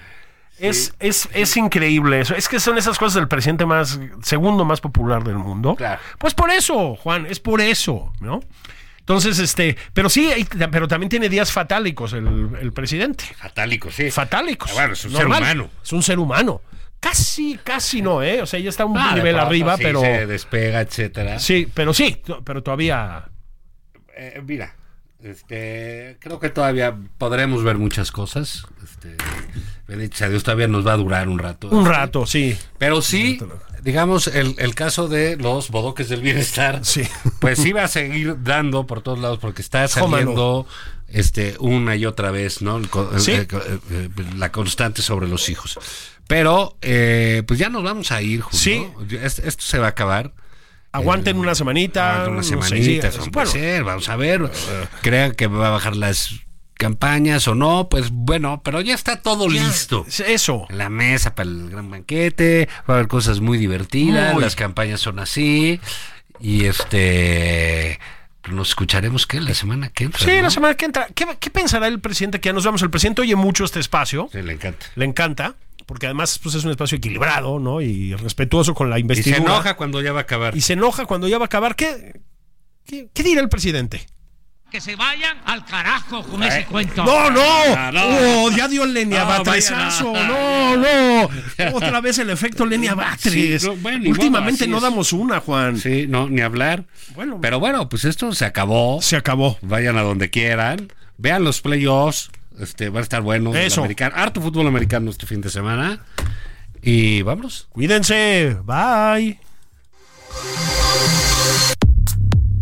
Speaker 3: Es, es, es increíble eso. Es que son esas cosas del presidente más, segundo más popular del mundo.
Speaker 1: Claro.
Speaker 3: Pues por eso, Juan, es por eso, ¿no? Entonces, este, pero sí, hay- pero también tiene días fatálicos el, el presidente.
Speaker 1: Fatálico, sí.
Speaker 3: Fatálicos.
Speaker 1: Ah, bueno, es un
Speaker 3: Normal.
Speaker 1: ser humano.
Speaker 3: Es un ser humano. Casi, casi no, ¿eh? O sea, ya está un
Speaker 1: Ah, de
Speaker 3: nivel
Speaker 1: pronto
Speaker 3: arriba,
Speaker 1: sí
Speaker 3: pero.
Speaker 1: Se despega, etcétera.
Speaker 3: Sí, pero sí, to- pero todavía.
Speaker 1: Eh, mira, este, creo que todavía podremos ver muchas cosas. Este, bendito sea Dios, todavía nos va a durar un rato. este,
Speaker 3: Un rato, sí.
Speaker 1: Pero sí, digamos, el, el caso de los bodoques del bienestar,
Speaker 3: Sí.
Speaker 1: pues sí va a seguir dando por todos lados porque está
Speaker 3: Cómo no.
Speaker 1: saliendo este una y otra vez, ¿no? El co-
Speaker 3: Sí.
Speaker 1: eh, co- eh, eh, la constante sobre los hijos. Pero, eh, pues ya nos vamos a ir, Julio.
Speaker 3: Sí.
Speaker 1: Es- Esto se va a acabar.
Speaker 3: Aguanten una semanita.
Speaker 1: Aguanta unas
Speaker 3: no sé,
Speaker 1: semanitas,
Speaker 3: sí,
Speaker 1: no puede
Speaker 3: bueno,
Speaker 1: ser, vamos a ver. Crean que va a bajar las campañas o no, pues bueno, pero ya está todo listo.
Speaker 3: es Eso.
Speaker 1: La mesa para el gran banquete, va a haber cosas muy divertidas,
Speaker 3: Muy.
Speaker 1: las campañas son así. Y este nos escucharemos qué la semana que entra.
Speaker 3: Sí,
Speaker 1: ¿no?
Speaker 3: la semana que entra. ¿Qué, qué pensará el presidente? Que ya nos vamos. El presidente oye mucho este espacio.
Speaker 1: Sí, le encanta.
Speaker 3: Le encanta, porque además pues, es un espacio equilibrado, ¿no? Y respetuoso con la
Speaker 1: Y se
Speaker 3: investidura.
Speaker 1: enoja cuando ya va a acabar.
Speaker 3: Y se enoja cuando ya va a acabar. ¿Qué, qué, qué dirá el presidente?
Speaker 6: Que se vayan al carajo con ese cuento.
Speaker 3: ¡No, no!
Speaker 1: No, Ah, no.
Speaker 3: Oh, ya dio el Lenia
Speaker 1: No,
Speaker 3: Batrizazo.
Speaker 1: vaya,
Speaker 3: No, no. Otra vez el efecto Lenia Batres.
Speaker 1: Sí, no, bueno, ni modo,
Speaker 3: Últimamente
Speaker 1: así
Speaker 3: no
Speaker 1: es.
Speaker 3: damos una, Juan.
Speaker 1: Sí, no, ni hablar.
Speaker 3: Bueno.
Speaker 1: Pero bueno, pues esto se acabó.
Speaker 3: Se acabó.
Speaker 1: vayan a donde quieran, vean los playoffs, este, va a estar bueno. el
Speaker 3: Eso.
Speaker 1: americano- harto fútbol americano este fin de semana. Y vámonos.
Speaker 3: Cuídense. Bye.